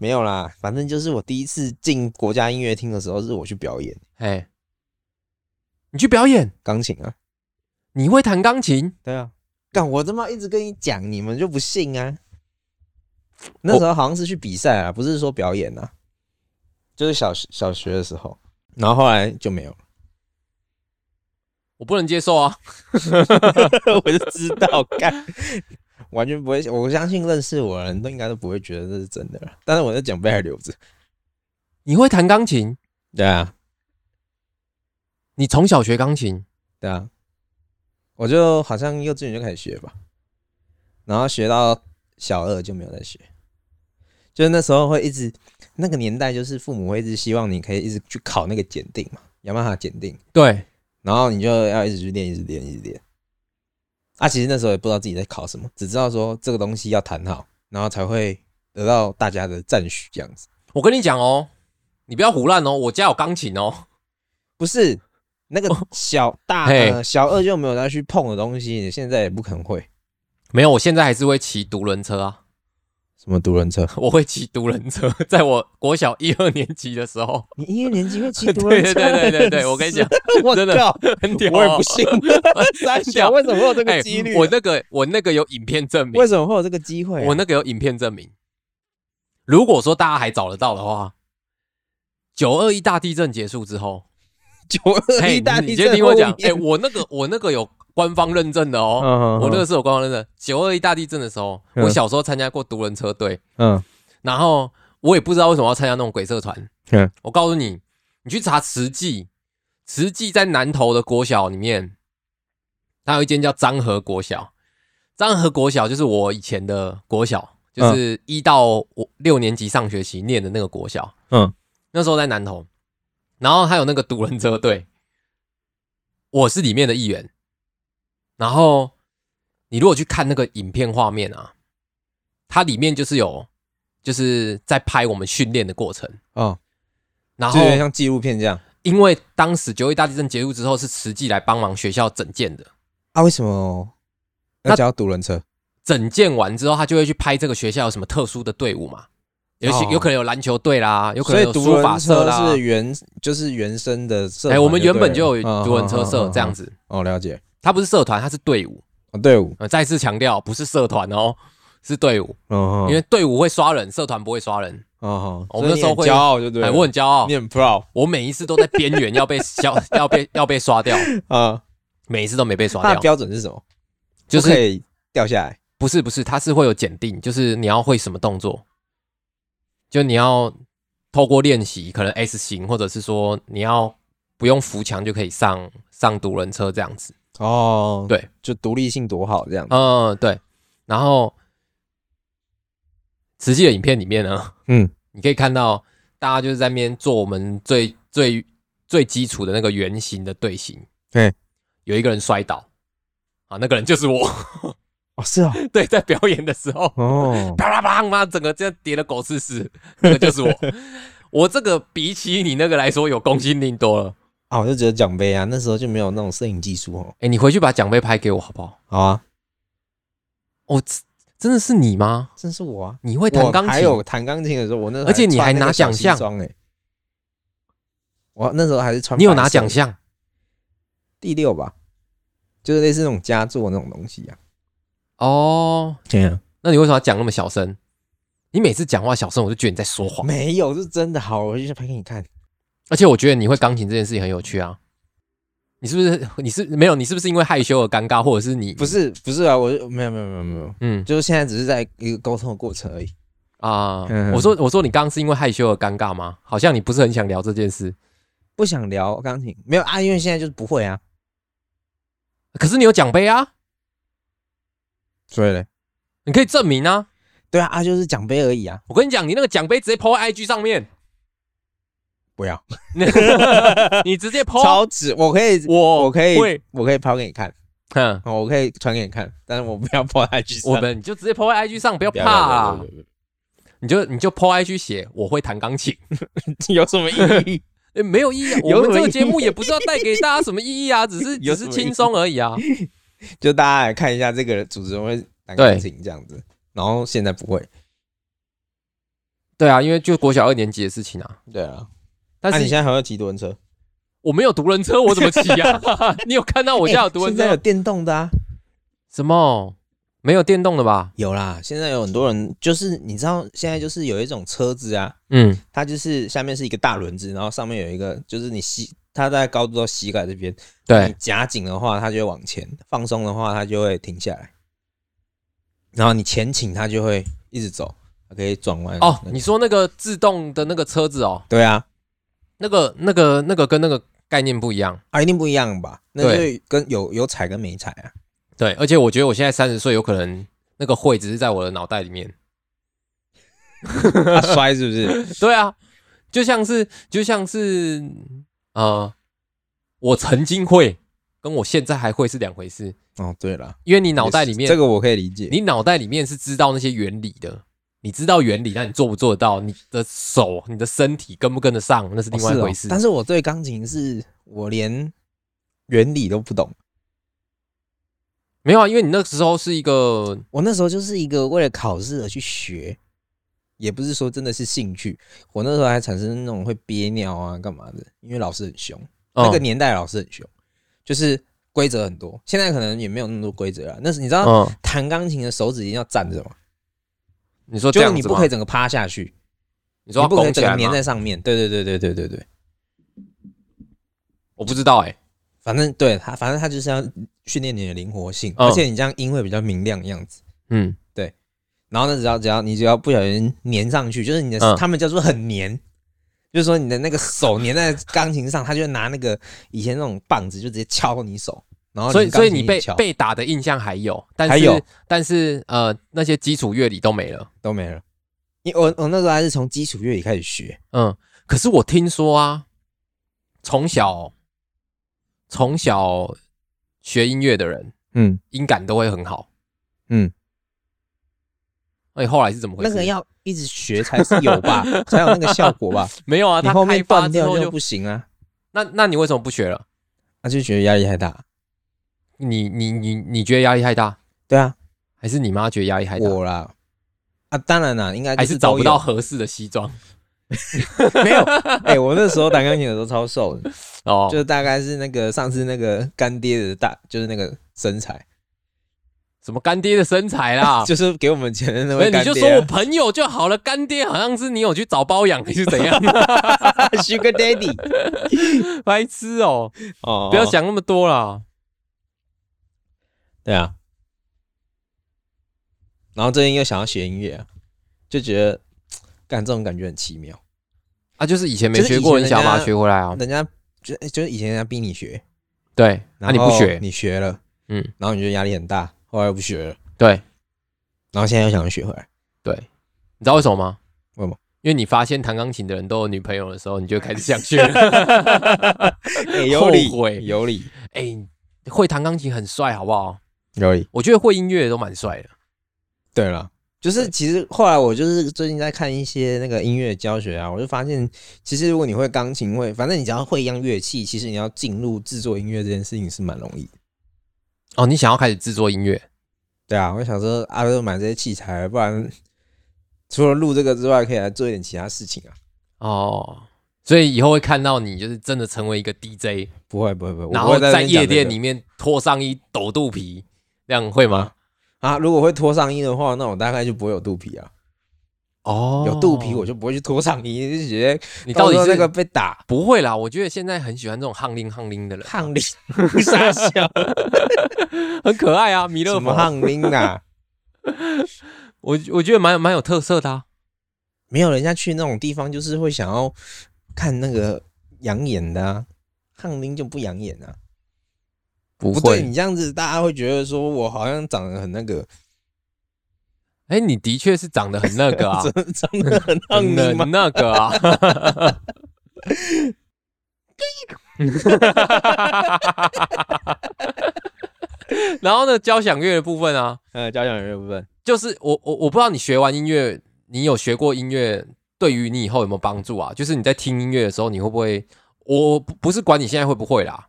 [SPEAKER 2] 没有啦，反正就是我第一次进国家音乐厅的时候，是我去表演
[SPEAKER 1] 哎，你去表演，
[SPEAKER 2] 钢琴啊。
[SPEAKER 1] 你会弹钢琴，
[SPEAKER 2] 对啊，干我他妈一直跟你讲，你们就不信啊。那时候好像是去比赛啊，不是说表演啊，就是小学小学的时候，然后后来就没有了。
[SPEAKER 1] 我不能接受啊。
[SPEAKER 2] 我就知道，干， 完全不会。我相信认识我的人都应该都不会觉得这是真的了。但是我的奖杯还留着。
[SPEAKER 1] 你会弹钢琴，
[SPEAKER 2] 对啊，
[SPEAKER 1] 你从小学钢琴，
[SPEAKER 2] 对啊，我就好像幼稚园就开始学吧，然后学到小二就没有再学。就是那时候会一直，那个年代就是父母会一直希望你可以一直去考那个检定嘛，雅马哈检定，
[SPEAKER 1] 对，
[SPEAKER 2] 然后你就要一直去练，一直练，一直练。啊，其实那时候也不知道自己在考什么，只知道说这个东西要弹好，然后才会得到大家的赞许这样子。
[SPEAKER 1] 我跟你讲哦，你不要胡乱哦，我家有钢琴哦，
[SPEAKER 2] 不是那个小大、
[SPEAKER 1] 嘿
[SPEAKER 2] 呃、小二就没有再去碰的东西，你现在也不可能会
[SPEAKER 1] 没有，我现在还是会骑独轮车啊。
[SPEAKER 2] 什么独轮车。
[SPEAKER 1] 我会骑独轮车， 在我国小一二年级的时候，
[SPEAKER 2] 你一二年级会骑
[SPEAKER 1] 对
[SPEAKER 2] 独轮
[SPEAKER 1] 对
[SPEAKER 2] 车？
[SPEAKER 1] 对对对，我跟你讲，
[SPEAKER 2] 我
[SPEAKER 1] 真的
[SPEAKER 2] 靠，
[SPEAKER 1] 很屌、哦
[SPEAKER 2] 我也 不信三小为什么会有这
[SPEAKER 1] 哎
[SPEAKER 2] 个几率啊？
[SPEAKER 1] 我那个我那个有影片证明
[SPEAKER 2] 为，什么会有这个机会啊？
[SPEAKER 1] 我那个有影片证明。如果说大家还找得到的话，九二一大地震结束之后，
[SPEAKER 2] 九 二
[SPEAKER 1] 嘿
[SPEAKER 2] 一大
[SPEAKER 1] 你
[SPEAKER 2] 地
[SPEAKER 1] 先
[SPEAKER 2] 震
[SPEAKER 1] 听我讲
[SPEAKER 2] 后，
[SPEAKER 1] 哎，
[SPEAKER 2] 面
[SPEAKER 1] 我那个我那个有官方认证的哦，
[SPEAKER 2] 嗯
[SPEAKER 1] 我那个是有官方认证。九二一大地震的时候，
[SPEAKER 2] 嗯
[SPEAKER 1] 我小时候参加过独轮车队，
[SPEAKER 2] 嗯
[SPEAKER 1] 然后我也不知道为什么要参加那种鬼社团。
[SPEAKER 2] 嗯
[SPEAKER 1] 我告诉你，你去查慈济，慈济在南投的国小里面，它有一间叫漳河国小。漳河国小就是我以前的国小，就是一到我六年级上学期念的那个国小。
[SPEAKER 2] 嗯，
[SPEAKER 1] 那时候在南投，然后还有那个独轮车队，我是里面的一员。然后你如果去看那个影片画面啊，它里面就是有就是在拍我们训练的过程，
[SPEAKER 2] 哦，
[SPEAKER 1] 然
[SPEAKER 2] 就
[SPEAKER 1] 后
[SPEAKER 2] 有点像纪录片这样
[SPEAKER 1] 因为当时九一大地震结束之后是慈济来帮忙学校整建的，
[SPEAKER 2] 啊？为什么
[SPEAKER 1] 那
[SPEAKER 2] 要教独轮车？
[SPEAKER 1] 整建完之后他就会去拍这个学校有什么特殊的队伍嘛，有些、
[SPEAKER 2] 哦
[SPEAKER 1] 有可能有篮球队啦，有可
[SPEAKER 2] 所
[SPEAKER 1] 能
[SPEAKER 2] 以
[SPEAKER 1] 有
[SPEAKER 2] 独
[SPEAKER 1] 书
[SPEAKER 2] 轮
[SPEAKER 1] 法社
[SPEAKER 2] 车
[SPEAKER 1] 啦
[SPEAKER 2] 是，原就是原生的社团就对了，嗯
[SPEAKER 1] 哎、我们原本就有独轮车社这样
[SPEAKER 2] 子。
[SPEAKER 1] 子，
[SPEAKER 2] 哦，了解。
[SPEAKER 1] 它不是社团，它是队伍。
[SPEAKER 2] 哦，队伍，
[SPEAKER 1] 呃，再次强调，不是社团哦，是队伍，
[SPEAKER 2] 哦，
[SPEAKER 1] 因为队伍会刷人，社团不会刷人。
[SPEAKER 2] 哦，
[SPEAKER 1] 我们那时候会
[SPEAKER 2] 所以你很骄傲，就对
[SPEAKER 1] 哎，
[SPEAKER 2] 了，
[SPEAKER 1] 我很骄傲
[SPEAKER 2] 你，很 proud
[SPEAKER 1] 我每一次都在边缘要被 消，要被要被刷掉，
[SPEAKER 2] 啊。
[SPEAKER 1] 每一次都没被刷
[SPEAKER 2] 它的
[SPEAKER 1] 掉。
[SPEAKER 2] 标准是什么？
[SPEAKER 1] 就
[SPEAKER 2] 不可
[SPEAKER 1] 是
[SPEAKER 2] 以掉下来
[SPEAKER 1] 不是不是，它是会有检定，就是你要会什么动作，就你要透过练习，可能 S 型，或者是说你要不用扶墙就可以上上独轮车这样子。
[SPEAKER 2] 哦
[SPEAKER 1] 对，
[SPEAKER 2] 就独立性多好这样。
[SPEAKER 1] 嗯，对。然后实际的影片里面呢，
[SPEAKER 2] 嗯，
[SPEAKER 1] 你可以看到大家就是在那边做我们最最最基础的那个圆形的队形。
[SPEAKER 2] 对，
[SPEAKER 1] 有一个人摔倒，啊，那个人就是我。
[SPEAKER 2] 哦，是哦，
[SPEAKER 1] 对，在表演的时候，
[SPEAKER 2] 哦，
[SPEAKER 1] 啪啦啪啦，妈，整个这样跌的狗吃屎， 那个就是我。我这个比起你那个来说，有公信力多了。
[SPEAKER 2] 啊，我就觉得奖杯啊，那时候就没有那种摄影技术哦。
[SPEAKER 1] 哎、你回去把奖杯拍给我好不好？
[SPEAKER 2] 好啊，
[SPEAKER 1] 哦，真真的是你吗？
[SPEAKER 2] 真是我啊，
[SPEAKER 1] 你会
[SPEAKER 2] 我
[SPEAKER 1] 弹钢琴？
[SPEAKER 2] 还有弹钢琴的时候，我那时候
[SPEAKER 1] 而且你还
[SPEAKER 2] 穿那个
[SPEAKER 1] 拿奖项
[SPEAKER 2] 小西装哎。我那时候还是穿，
[SPEAKER 1] 你有拿奖项？
[SPEAKER 2] 第六吧，就是类似那种佳作那种东西啊。
[SPEAKER 1] 哦，
[SPEAKER 2] 这样
[SPEAKER 1] 那你为什么要讲那么小声？你每次讲话小声，我就觉得你在说谎。
[SPEAKER 2] 没有是真的好，我就拍给你看。
[SPEAKER 1] 而且我觉得你会钢琴这件事情很有趣啊。你是不是？你是没有？你是不是因为害羞而尴尬，或者是你
[SPEAKER 2] 不？是不是啊，我就没有没有没有没有，
[SPEAKER 1] 嗯
[SPEAKER 2] 就是现在只是在一个沟通的过程而已。
[SPEAKER 1] 啊、
[SPEAKER 2] 嗯
[SPEAKER 1] 我说我说你刚刚是因为害羞而尴尬吗？好像你不是很想聊这件事，
[SPEAKER 2] 不想聊钢琴，没有啊，因为现在就是不会啊。
[SPEAKER 1] 可是你有奖杯啊，
[SPEAKER 2] 所以嘞，
[SPEAKER 1] 你可以证明啊。
[SPEAKER 2] 对啊，啊就是奖杯而已啊，
[SPEAKER 1] 我跟你讲，你那个奖杯直接 PO 在 IG 上面，
[SPEAKER 2] 不要
[SPEAKER 1] 你直接 PO，
[SPEAKER 2] 超值，我可以，
[SPEAKER 1] 我
[SPEAKER 2] 我可以
[SPEAKER 1] 会，，
[SPEAKER 2] 我可以抛给你看，
[SPEAKER 1] 哼，
[SPEAKER 2] 哦我可以传给你看，但是我不要抛下去。
[SPEAKER 1] 我们你就直接 PO 在 IG 上，不要
[SPEAKER 2] 不
[SPEAKER 1] 怕啊
[SPEAKER 2] 要
[SPEAKER 1] 啦，
[SPEAKER 2] 不要不要不要
[SPEAKER 1] 你就你就 PO IG 写我会弹钢琴。
[SPEAKER 2] 不要 有什么意义？
[SPEAKER 1] 欸、没有意义、啊，
[SPEAKER 2] 有
[SPEAKER 1] 我们
[SPEAKER 2] 什么
[SPEAKER 1] 这个
[SPEAKER 2] 意义
[SPEAKER 1] 节目也不是要带给大家什么意义啊，只是
[SPEAKER 2] 有
[SPEAKER 1] 只是
[SPEAKER 2] 什么意义
[SPEAKER 1] 轻松而已啊。
[SPEAKER 2] 就大家来看一下这个主持人会弹钢琴这样子，然后现在不会。
[SPEAKER 1] 对啊，因为就国小二年级的事情啊。
[SPEAKER 2] 对啊，
[SPEAKER 1] 但
[SPEAKER 2] 那、你
[SPEAKER 1] 是
[SPEAKER 2] 现在还会骑独轮车？
[SPEAKER 1] 我没有独轮车，我怎么骑啊？ 你有看到我现在有独轮
[SPEAKER 2] 欸现在
[SPEAKER 1] 车？
[SPEAKER 2] 有电动的啊，
[SPEAKER 1] 什么？没有电动的吧？
[SPEAKER 2] 有啦。现在有很多人，就是你知道，现在就是有一种车子啊，
[SPEAKER 1] 嗯，
[SPEAKER 2] 它就是下面是一个大轮子，然后上面有一个，就是你膝，它大概高度到膝盖这边。你
[SPEAKER 1] 对，
[SPEAKER 2] 夹紧的话，它就会往前；放松的话，它就会停下来。然后你前倾，它就会一直走，它可以转弯。
[SPEAKER 1] 哦，你说那个自动的那个车子哦，
[SPEAKER 2] 对啊，
[SPEAKER 1] 那个那个那个跟那个概念不一样。
[SPEAKER 2] 啊，一定不一样吧？那
[SPEAKER 1] 对
[SPEAKER 2] 就跟有有踩跟没踩啊。
[SPEAKER 1] 对，而且我觉得我现在三十岁，有可能那个会只是在我的脑袋里面。
[SPEAKER 2] 啊摔是不是？
[SPEAKER 1] 对啊，就像是就像是呃，我曾经会跟我现在还会是两回事，
[SPEAKER 2] 哦，对了，
[SPEAKER 1] 因为你脑袋里
[SPEAKER 2] 这
[SPEAKER 1] 面，
[SPEAKER 2] 个我可以理解。哦
[SPEAKER 1] 你脑袋里面是知道那些原理的，你知道原理，但你做不做得到，你的手、你的身体跟不跟得上，那是另外一
[SPEAKER 2] 哦
[SPEAKER 1] 回
[SPEAKER 2] 是
[SPEAKER 1] 事。
[SPEAKER 2] 哦但是我对钢琴是我连原理都不懂。
[SPEAKER 1] 没有啊，因为你那时候是一个
[SPEAKER 2] 我那时候就是一个为了考试而去学，也不是说真的是兴趣。我那时候还产生那种会憋尿啊干嘛的，因为老师很凶。那个
[SPEAKER 1] 嗯
[SPEAKER 2] 年代老师很凶，就是规则很多。现在可能也没有那么多规则了。那是你知道
[SPEAKER 1] 嗯，
[SPEAKER 2] 弹钢琴的手指一定要站着嘛，
[SPEAKER 1] 你说这
[SPEAKER 2] 就是
[SPEAKER 1] 样
[SPEAKER 2] 你
[SPEAKER 1] 子
[SPEAKER 2] 不
[SPEAKER 1] 吗
[SPEAKER 2] 可以？整个趴下去，
[SPEAKER 1] 你说
[SPEAKER 2] 你
[SPEAKER 1] 要
[SPEAKER 2] 不可以
[SPEAKER 1] 拱起
[SPEAKER 2] 整
[SPEAKER 1] 来
[SPEAKER 2] 个粘
[SPEAKER 1] 吗？
[SPEAKER 2] 在上面。对对对对对对对，
[SPEAKER 1] 我不知道哎，
[SPEAKER 2] 反正对他，反正他就是要训练你的灵活性，
[SPEAKER 1] 嗯
[SPEAKER 2] 而且你这样音会比较明亮的样子。
[SPEAKER 1] 嗯，
[SPEAKER 2] 然后呢，只要只要你只要不小心粘上去，就是你的，
[SPEAKER 1] 嗯
[SPEAKER 2] 他们叫做很粘，就是说你的那个手粘在钢琴上，他就会拿那个以前那种棒子就直接敲哦你手，然后
[SPEAKER 1] 所以所以你
[SPEAKER 2] 钢琴一
[SPEAKER 1] 被
[SPEAKER 2] 敲
[SPEAKER 1] 被打的印象还有，但
[SPEAKER 2] 还有
[SPEAKER 1] 是但是呃，那些基础乐理都没了。
[SPEAKER 2] 都没了。你我我那时候还是从基础乐理开始学，
[SPEAKER 1] 嗯，可是我听说啊，从小从小学音乐的人，
[SPEAKER 2] 嗯，
[SPEAKER 1] 音感都会很好。
[SPEAKER 2] 嗯，
[SPEAKER 1] 哎，后来是怎么回事？
[SPEAKER 2] 那个要一直学 才是有吧，才有那个效果吧。
[SPEAKER 1] 没 有啊？
[SPEAKER 2] 你
[SPEAKER 1] 他
[SPEAKER 2] 后
[SPEAKER 1] 开
[SPEAKER 2] 面
[SPEAKER 1] 发
[SPEAKER 2] 断
[SPEAKER 1] 之
[SPEAKER 2] 掉
[SPEAKER 1] 后
[SPEAKER 2] 就
[SPEAKER 1] 就
[SPEAKER 2] 不行啊，
[SPEAKER 1] 那那你为什么不学了？
[SPEAKER 2] 那就觉得压力太大。
[SPEAKER 1] 你你你你觉得压力太大，
[SPEAKER 2] 对啊，
[SPEAKER 1] 还是你妈觉得压力太大，
[SPEAKER 2] 我啦，啊，当然啦，应该就
[SPEAKER 1] 还是找
[SPEAKER 2] 都
[SPEAKER 1] 不
[SPEAKER 2] 有
[SPEAKER 1] 到合适的西装？
[SPEAKER 2] 没有，哎、我那时候弹钢琴的时候超瘦 的，
[SPEAKER 1] 哦，
[SPEAKER 2] 就是大概是那个上次那个干爹的大，就是那个身材，，
[SPEAKER 1] 什么干爹的身材啦
[SPEAKER 2] 就是给我们钱的那
[SPEAKER 1] 不是
[SPEAKER 2] 位
[SPEAKER 1] 啊你
[SPEAKER 2] 干爹、啊。
[SPEAKER 1] 就说我朋友就好了。干爹好像是你有去找包养还是怎 样？
[SPEAKER 2] 啊 Sugar Daddy
[SPEAKER 1] 白痴哦、
[SPEAKER 2] 哦
[SPEAKER 1] 不要想那么多啦。
[SPEAKER 2] 对啊。然后最近又想要学音乐、啊，就觉得干这种感觉很奇妙。
[SPEAKER 1] 啊，就是以前没
[SPEAKER 2] 就是
[SPEAKER 1] 学
[SPEAKER 2] 以
[SPEAKER 1] 过，
[SPEAKER 2] 前
[SPEAKER 1] 你想要
[SPEAKER 2] 人家
[SPEAKER 1] 把它学回来啊？
[SPEAKER 2] 人家就哎就是以前人家逼你学，
[SPEAKER 1] 对，那、
[SPEAKER 2] 然
[SPEAKER 1] 啊你
[SPEAKER 2] 后
[SPEAKER 1] 不学，
[SPEAKER 2] 啊你学了，
[SPEAKER 1] 嗯，
[SPEAKER 2] 然后你就压力很大，后来又不学了，
[SPEAKER 1] 对
[SPEAKER 2] 然后现在又想学回来，
[SPEAKER 1] 对，你知道为什么吗？
[SPEAKER 2] 为什么？
[SPEAKER 1] 因为你发现弹钢琴的人都有女朋友的时候，你就开始想 学了。
[SPEAKER 2] 哎有理
[SPEAKER 1] 后悔
[SPEAKER 2] 有理
[SPEAKER 1] 哎、会弹钢琴很帅，好不好？
[SPEAKER 2] 有理。
[SPEAKER 1] 我觉得会音乐都蛮帅的。
[SPEAKER 2] 对了，就是其实后来我就是最近在看一些那个音乐教学啊，我就发现，其实如果你会钢琴会，反正你只要会一样乐器，其实你要进入制作音乐这件事情是蛮容易的。
[SPEAKER 1] 哦，你想要开始制作音乐？
[SPEAKER 2] 对啊，我想说啊，就买这些器材，不然 除了录这个之外，可以来做一点其他事情啊。
[SPEAKER 1] 哦，所以以后会看到你就是真的成为一个 DJ，
[SPEAKER 2] 不会不会不会，我
[SPEAKER 1] 然
[SPEAKER 2] 不
[SPEAKER 1] 后
[SPEAKER 2] 会在那
[SPEAKER 1] 在
[SPEAKER 2] 边讲
[SPEAKER 1] 夜
[SPEAKER 2] 这
[SPEAKER 1] 店
[SPEAKER 2] 个
[SPEAKER 1] 里面脱上衣抖肚皮，这样会吗？
[SPEAKER 2] 啊，如果会脱上衣的话，那我大概就不会有肚皮啊。
[SPEAKER 1] 哦
[SPEAKER 2] 有肚皮我就不会去脱上衣，就直接
[SPEAKER 1] 你到底
[SPEAKER 2] 时候
[SPEAKER 1] 是
[SPEAKER 2] 那个被打
[SPEAKER 1] 不会啦，我觉得现在很喜欢这种汗拎汗 拎的人，
[SPEAKER 2] 汗淋傻笑，
[SPEAKER 1] 很可爱啊，弥勒
[SPEAKER 2] 什么
[SPEAKER 1] 佛，
[SPEAKER 2] 汗淋啊？
[SPEAKER 1] 我我觉得蛮蛮有特色的啊。
[SPEAKER 2] 没有人家去那种地方，就是会想要看那个养眼的、啊，汗淋就不养眼啊。
[SPEAKER 1] 不
[SPEAKER 2] 不对，你这样子大家会觉得说我好像长得很那个，
[SPEAKER 1] 哎、你的确是长得很那个啊，
[SPEAKER 2] 长得很汗
[SPEAKER 1] 很
[SPEAKER 2] 淋吗？
[SPEAKER 1] 那个 啊。 然后呢，交响乐的部分啊，
[SPEAKER 2] 呃，交响乐部分，
[SPEAKER 1] 就是我我我不知道你学完音乐，你有学过音乐，对于你以后有没有帮助啊？就是你在听音乐的时候，你会不会？我不不是管你现在会不会啦，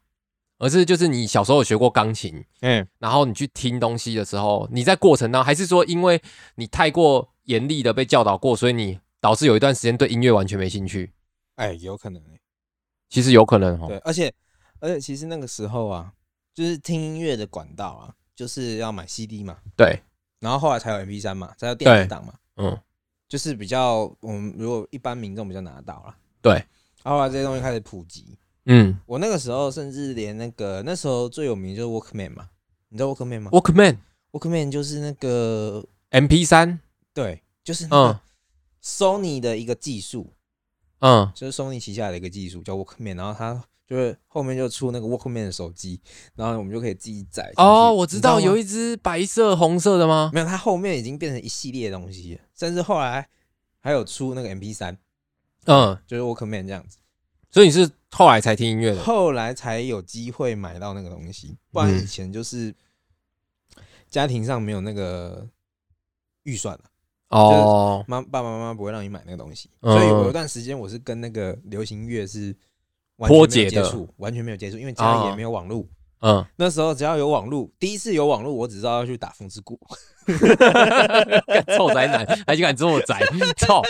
[SPEAKER 1] 而是就是你小时候有学过钢琴，
[SPEAKER 2] 嗯，
[SPEAKER 1] 然后你去听东西的时候，你在过程当中，还是说因为你太过严厉的被教导过，所以你导致有一段时间对音乐完全没兴趣？
[SPEAKER 2] 哎，有可能、欸，
[SPEAKER 1] 其实有可能哦
[SPEAKER 2] 对，。而且而且其实那个时候啊，就是听音乐的管道啊，就是要买 CD 嘛，
[SPEAKER 1] 对，
[SPEAKER 2] 然后后来才有 MP 三嘛，才有电子档嘛，
[SPEAKER 1] 嗯，
[SPEAKER 2] 就是比较我们如果一般民众比较拿得到啦。
[SPEAKER 1] 对，
[SPEAKER 2] 然后后来这些东西开始普及，
[SPEAKER 1] 嗯
[SPEAKER 2] 我那个时候甚至连那个那时候最有名就是 Walkman 嘛，你知道 Walkman 吗
[SPEAKER 1] ，Walkman、
[SPEAKER 2] ？Walkman 就是那个
[SPEAKER 1] MP 三，
[SPEAKER 2] 对，就是那
[SPEAKER 1] 嗯
[SPEAKER 2] 个 Sony 的一个技术，
[SPEAKER 1] 嗯，
[SPEAKER 2] 就是 Sony 旗下的一个技术叫 Walkman，然后它就是后面就出那个 Walkman 的手机，然后我们就可以自己载进去。
[SPEAKER 1] 哦，我知道有
[SPEAKER 2] 一
[SPEAKER 1] 一只白色红色的吗？
[SPEAKER 2] 没有，它后面已经变成一系列的东西了，甚至后来还有出那个 MP 三，
[SPEAKER 1] 嗯，
[SPEAKER 2] 就是 Walkman 这样子，
[SPEAKER 1] 所以你是后来才听音乐的？
[SPEAKER 2] 后来才有机会买到那个东西，不然
[SPEAKER 1] 嗯
[SPEAKER 2] 以前就是家庭上没有那个预算了。
[SPEAKER 1] 哦，
[SPEAKER 2] 妈爸爸妈妈不会让你买那个东西，
[SPEAKER 1] 嗯
[SPEAKER 2] 所以我有段时间我是跟那个流行乐是完全没有
[SPEAKER 1] 脱节的
[SPEAKER 2] 接触，完全没有接触，因为家里
[SPEAKER 1] 哦
[SPEAKER 2] 也没有网络。
[SPEAKER 1] 嗯，
[SPEAKER 2] 那时候只要有网络，第一次有网络，我只知道要去打风之谷。
[SPEAKER 1] 干臭宅男还敢这么宅，操！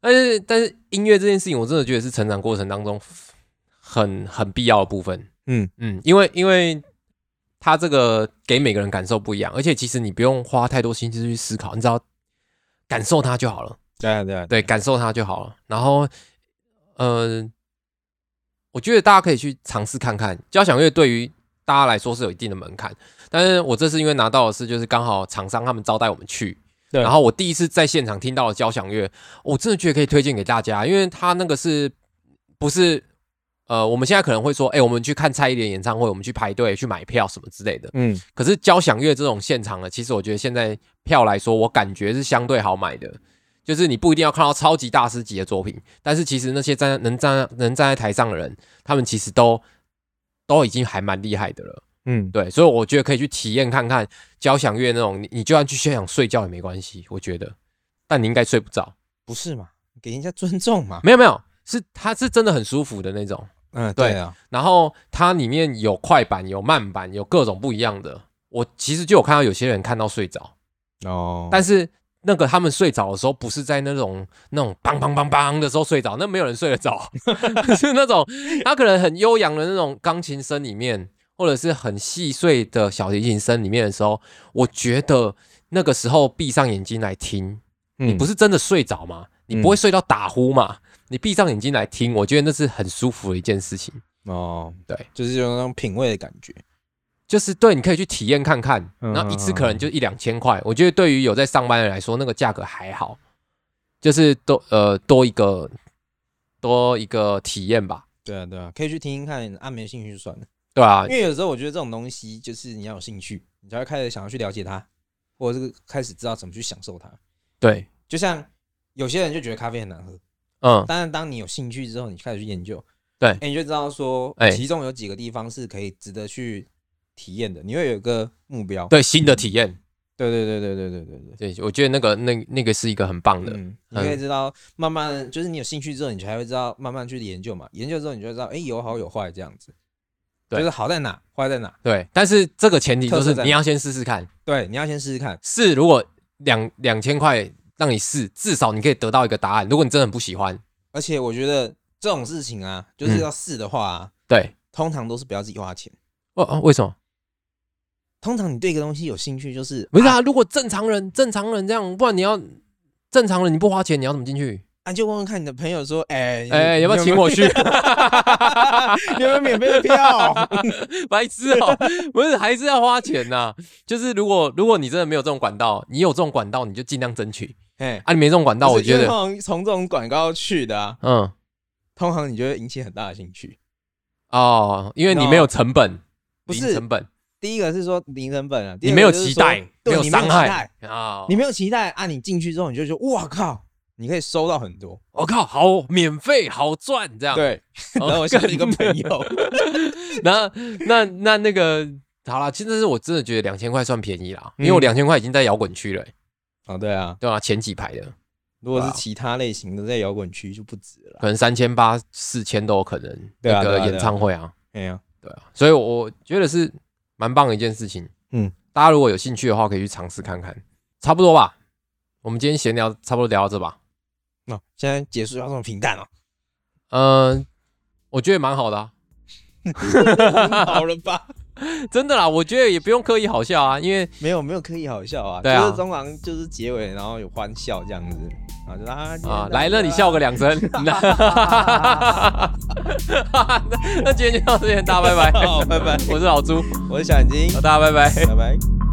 [SPEAKER 1] 但是但是音乐这件事情，我真的觉得是成长过程当中很很必要的部分。
[SPEAKER 2] 嗯
[SPEAKER 1] 嗯，因为因为它这个给每个人感受不一样，而且其实你不用花太多心思去思考，你只要感受它就好了。
[SPEAKER 2] 对啊对啊，
[SPEAKER 1] 对，感受它就好了。然后，呃，我觉得大家可以去尝试看看交响乐，对于大家来说是有一定的门槛。但是我这次因为拿到的是，就是刚好厂商他们招待我们去，
[SPEAKER 2] 对
[SPEAKER 1] 然后我第一次在现场听到的交响乐，我真的觉得可以推荐给大家，因为它那个是不是？呃，我们现在可能会说，哎、我们去看蔡依林演唱会，我们去排队去买票什么之类的。
[SPEAKER 2] 嗯
[SPEAKER 1] 可是交响乐这种现场的，其实我觉得现在票来说，我感觉是相对好买的。就是你不一定要看到超级大师级的作品，但是其实那些站能站能站在台上的人，他们其实都都已经还蛮厉害的了。
[SPEAKER 2] 嗯，
[SPEAKER 1] 对，所以我觉得可以去体验看看交响乐那种，你你就算去现场睡觉也没关系，我觉得。但你应该睡不着，
[SPEAKER 2] 不是嘛，给人家尊重嘛。
[SPEAKER 1] 没有没有，是它是真的很舒服的那种。
[SPEAKER 2] 嗯，啊，
[SPEAKER 1] 然后它里面有快板、有慢板、有各种不一样的。我其实就有看到有些人看到睡着，
[SPEAKER 2] 哦，
[SPEAKER 1] 但是那个他们睡着的时候，不是在那种那种梆梆梆梆的时候睡着，那没有人睡得着， 是那种他可能很悠扬的那种钢琴声里面，或者是很细碎的小提琴声里面的时候，我觉得那个时候闭上眼睛来听，
[SPEAKER 2] 你
[SPEAKER 1] 你不是真的睡着吗？你不会睡到打呼嘛？你闭上眼睛来听，我觉得那是很舒服的一件事情，
[SPEAKER 2] 哦，
[SPEAKER 1] 对，
[SPEAKER 2] 就是有那种品味的感觉。
[SPEAKER 1] 就是对，你可以去体验看看，
[SPEAKER 2] 嗯
[SPEAKER 1] 然后一次可能就一两千块，我觉得对于有在上班的人来说，那个价格还好，就是多呃多一个多一个体验吧，
[SPEAKER 2] 对啊，对啊，可以去听听看，啊，没兴趣就算了。
[SPEAKER 1] 对啊
[SPEAKER 2] 因，为有时候我觉得这种东西，就是你要有兴趣，你才会开始想要去了解它，或者是开始知道怎么去享受它。
[SPEAKER 1] 对，
[SPEAKER 2] 就像有些人就觉得咖啡很难喝，
[SPEAKER 1] 嗯，
[SPEAKER 2] 但是当你有兴趣之后，你开始去研究，
[SPEAKER 1] 对
[SPEAKER 2] 哎你就知道说
[SPEAKER 1] 哎，
[SPEAKER 2] 其中有几个地方是可以值得去体验的，你会有一个目标。
[SPEAKER 1] 对，新的体验，
[SPEAKER 2] 对对对对对对对对。
[SPEAKER 1] 对我觉得那个那那个是一个很棒的，
[SPEAKER 2] 嗯，你可以知道，慢慢地就是你有兴趣之后，你才会知道慢慢去研究嘛。研究之后，你就会知道，哎、有好有坏这样子，
[SPEAKER 1] 对
[SPEAKER 2] 就是好在哪，坏在哪。
[SPEAKER 1] 对，但是这个前提就
[SPEAKER 2] 特色
[SPEAKER 1] 是
[SPEAKER 2] 在哪
[SPEAKER 1] 你要先试试看，
[SPEAKER 2] 对，你要先试试看。
[SPEAKER 1] 试如果两两千块让你试，至少你可以得到一个答案，如果你真的很不喜欢，
[SPEAKER 2] 而且我觉得这种事情啊，
[SPEAKER 1] 嗯
[SPEAKER 2] 就是要试的话、啊，
[SPEAKER 1] 对，
[SPEAKER 2] 通常都是不要自己花钱。
[SPEAKER 1] 哦哦，为什么？
[SPEAKER 2] 通常你对一个东西有兴趣，就是
[SPEAKER 1] 不是啊，如果正常人正常人这样，不然你要正常人你不花钱，你要怎么进去？
[SPEAKER 2] 啊，就问问看你的朋友说，哎、
[SPEAKER 1] 哎、
[SPEAKER 2] 你
[SPEAKER 1] 要不要请我？去？
[SPEAKER 2] 你有没有你有没有免费的票？
[SPEAKER 1] 白痴哦、不是，还是要花钱呐、就是如果如果你真的没有这种管道，你有这种管道你就尽量争取
[SPEAKER 2] 哎，
[SPEAKER 1] 啊。你没这种管道，
[SPEAKER 2] 不
[SPEAKER 1] 我
[SPEAKER 2] 是
[SPEAKER 1] 觉
[SPEAKER 2] 因为
[SPEAKER 1] 得，
[SPEAKER 2] 通常从这种广告去的啊，
[SPEAKER 1] 嗯，
[SPEAKER 2] 通常你就会引起很大的兴趣。
[SPEAKER 1] 哦，因为你
[SPEAKER 2] 那
[SPEAKER 1] 没有成本，
[SPEAKER 2] 不
[SPEAKER 1] 零
[SPEAKER 2] 是
[SPEAKER 1] 成本，
[SPEAKER 2] 第一个是说零成本啊，第
[SPEAKER 1] 你
[SPEAKER 2] 二
[SPEAKER 1] 没有
[SPEAKER 2] 个就是
[SPEAKER 1] 期
[SPEAKER 2] 说
[SPEAKER 1] 待，没
[SPEAKER 2] 对
[SPEAKER 1] 有
[SPEAKER 2] 你
[SPEAKER 1] 伤
[SPEAKER 2] 期待
[SPEAKER 1] 害啊。
[SPEAKER 2] 你没有期待啊，你进去之后你就觉得哇靠，你可以收到很多。
[SPEAKER 1] 我靠，好免费，好赚这样。
[SPEAKER 2] 对，
[SPEAKER 1] 哦
[SPEAKER 2] 然后我像一个朋友，
[SPEAKER 1] 那那那那个好啦，其实是我真的觉得两千块算便宜啦，因为我
[SPEAKER 2] 嗯
[SPEAKER 1] 两千块已经在摇滚区了、欸
[SPEAKER 2] 哦对啊，
[SPEAKER 1] 对啊，前几排的
[SPEAKER 2] 如果是其他类型的，在摇滚区就不止了啦。
[SPEAKER 1] 可能三千八、四千都有可能，
[SPEAKER 2] 对啊
[SPEAKER 1] 那
[SPEAKER 2] 对
[SPEAKER 1] 个
[SPEAKER 2] 啊对啊
[SPEAKER 1] 演唱会啊，
[SPEAKER 2] 哎呀，
[SPEAKER 1] 对啊，所以我觉得是蛮棒的一件事情。
[SPEAKER 2] 嗯，
[SPEAKER 1] 大家如果有兴趣的话，可以去尝试看看，差不多吧。我们今天闲聊差不多聊到这吧。
[SPEAKER 2] 那现在结束要这么 平淡哦，
[SPEAKER 1] 嗯、我觉得蛮好的、啊，
[SPEAKER 2] 好了吧？
[SPEAKER 1] 真的啦，我觉得也不用刻意好笑啊，因为
[SPEAKER 2] 没有没有刻意好笑啊，
[SPEAKER 1] 对啊
[SPEAKER 2] 就是通常就是结尾，然后有欢笑这样子，然后就啊
[SPEAKER 1] 啊，来了你笑个，两声， 那 那今天就到这边，大家拜拜，
[SPEAKER 2] 好，拜拜，
[SPEAKER 1] 我是老朱，
[SPEAKER 2] 我是小眼睛，
[SPEAKER 1] 大家拜拜。
[SPEAKER 2] 拜拜。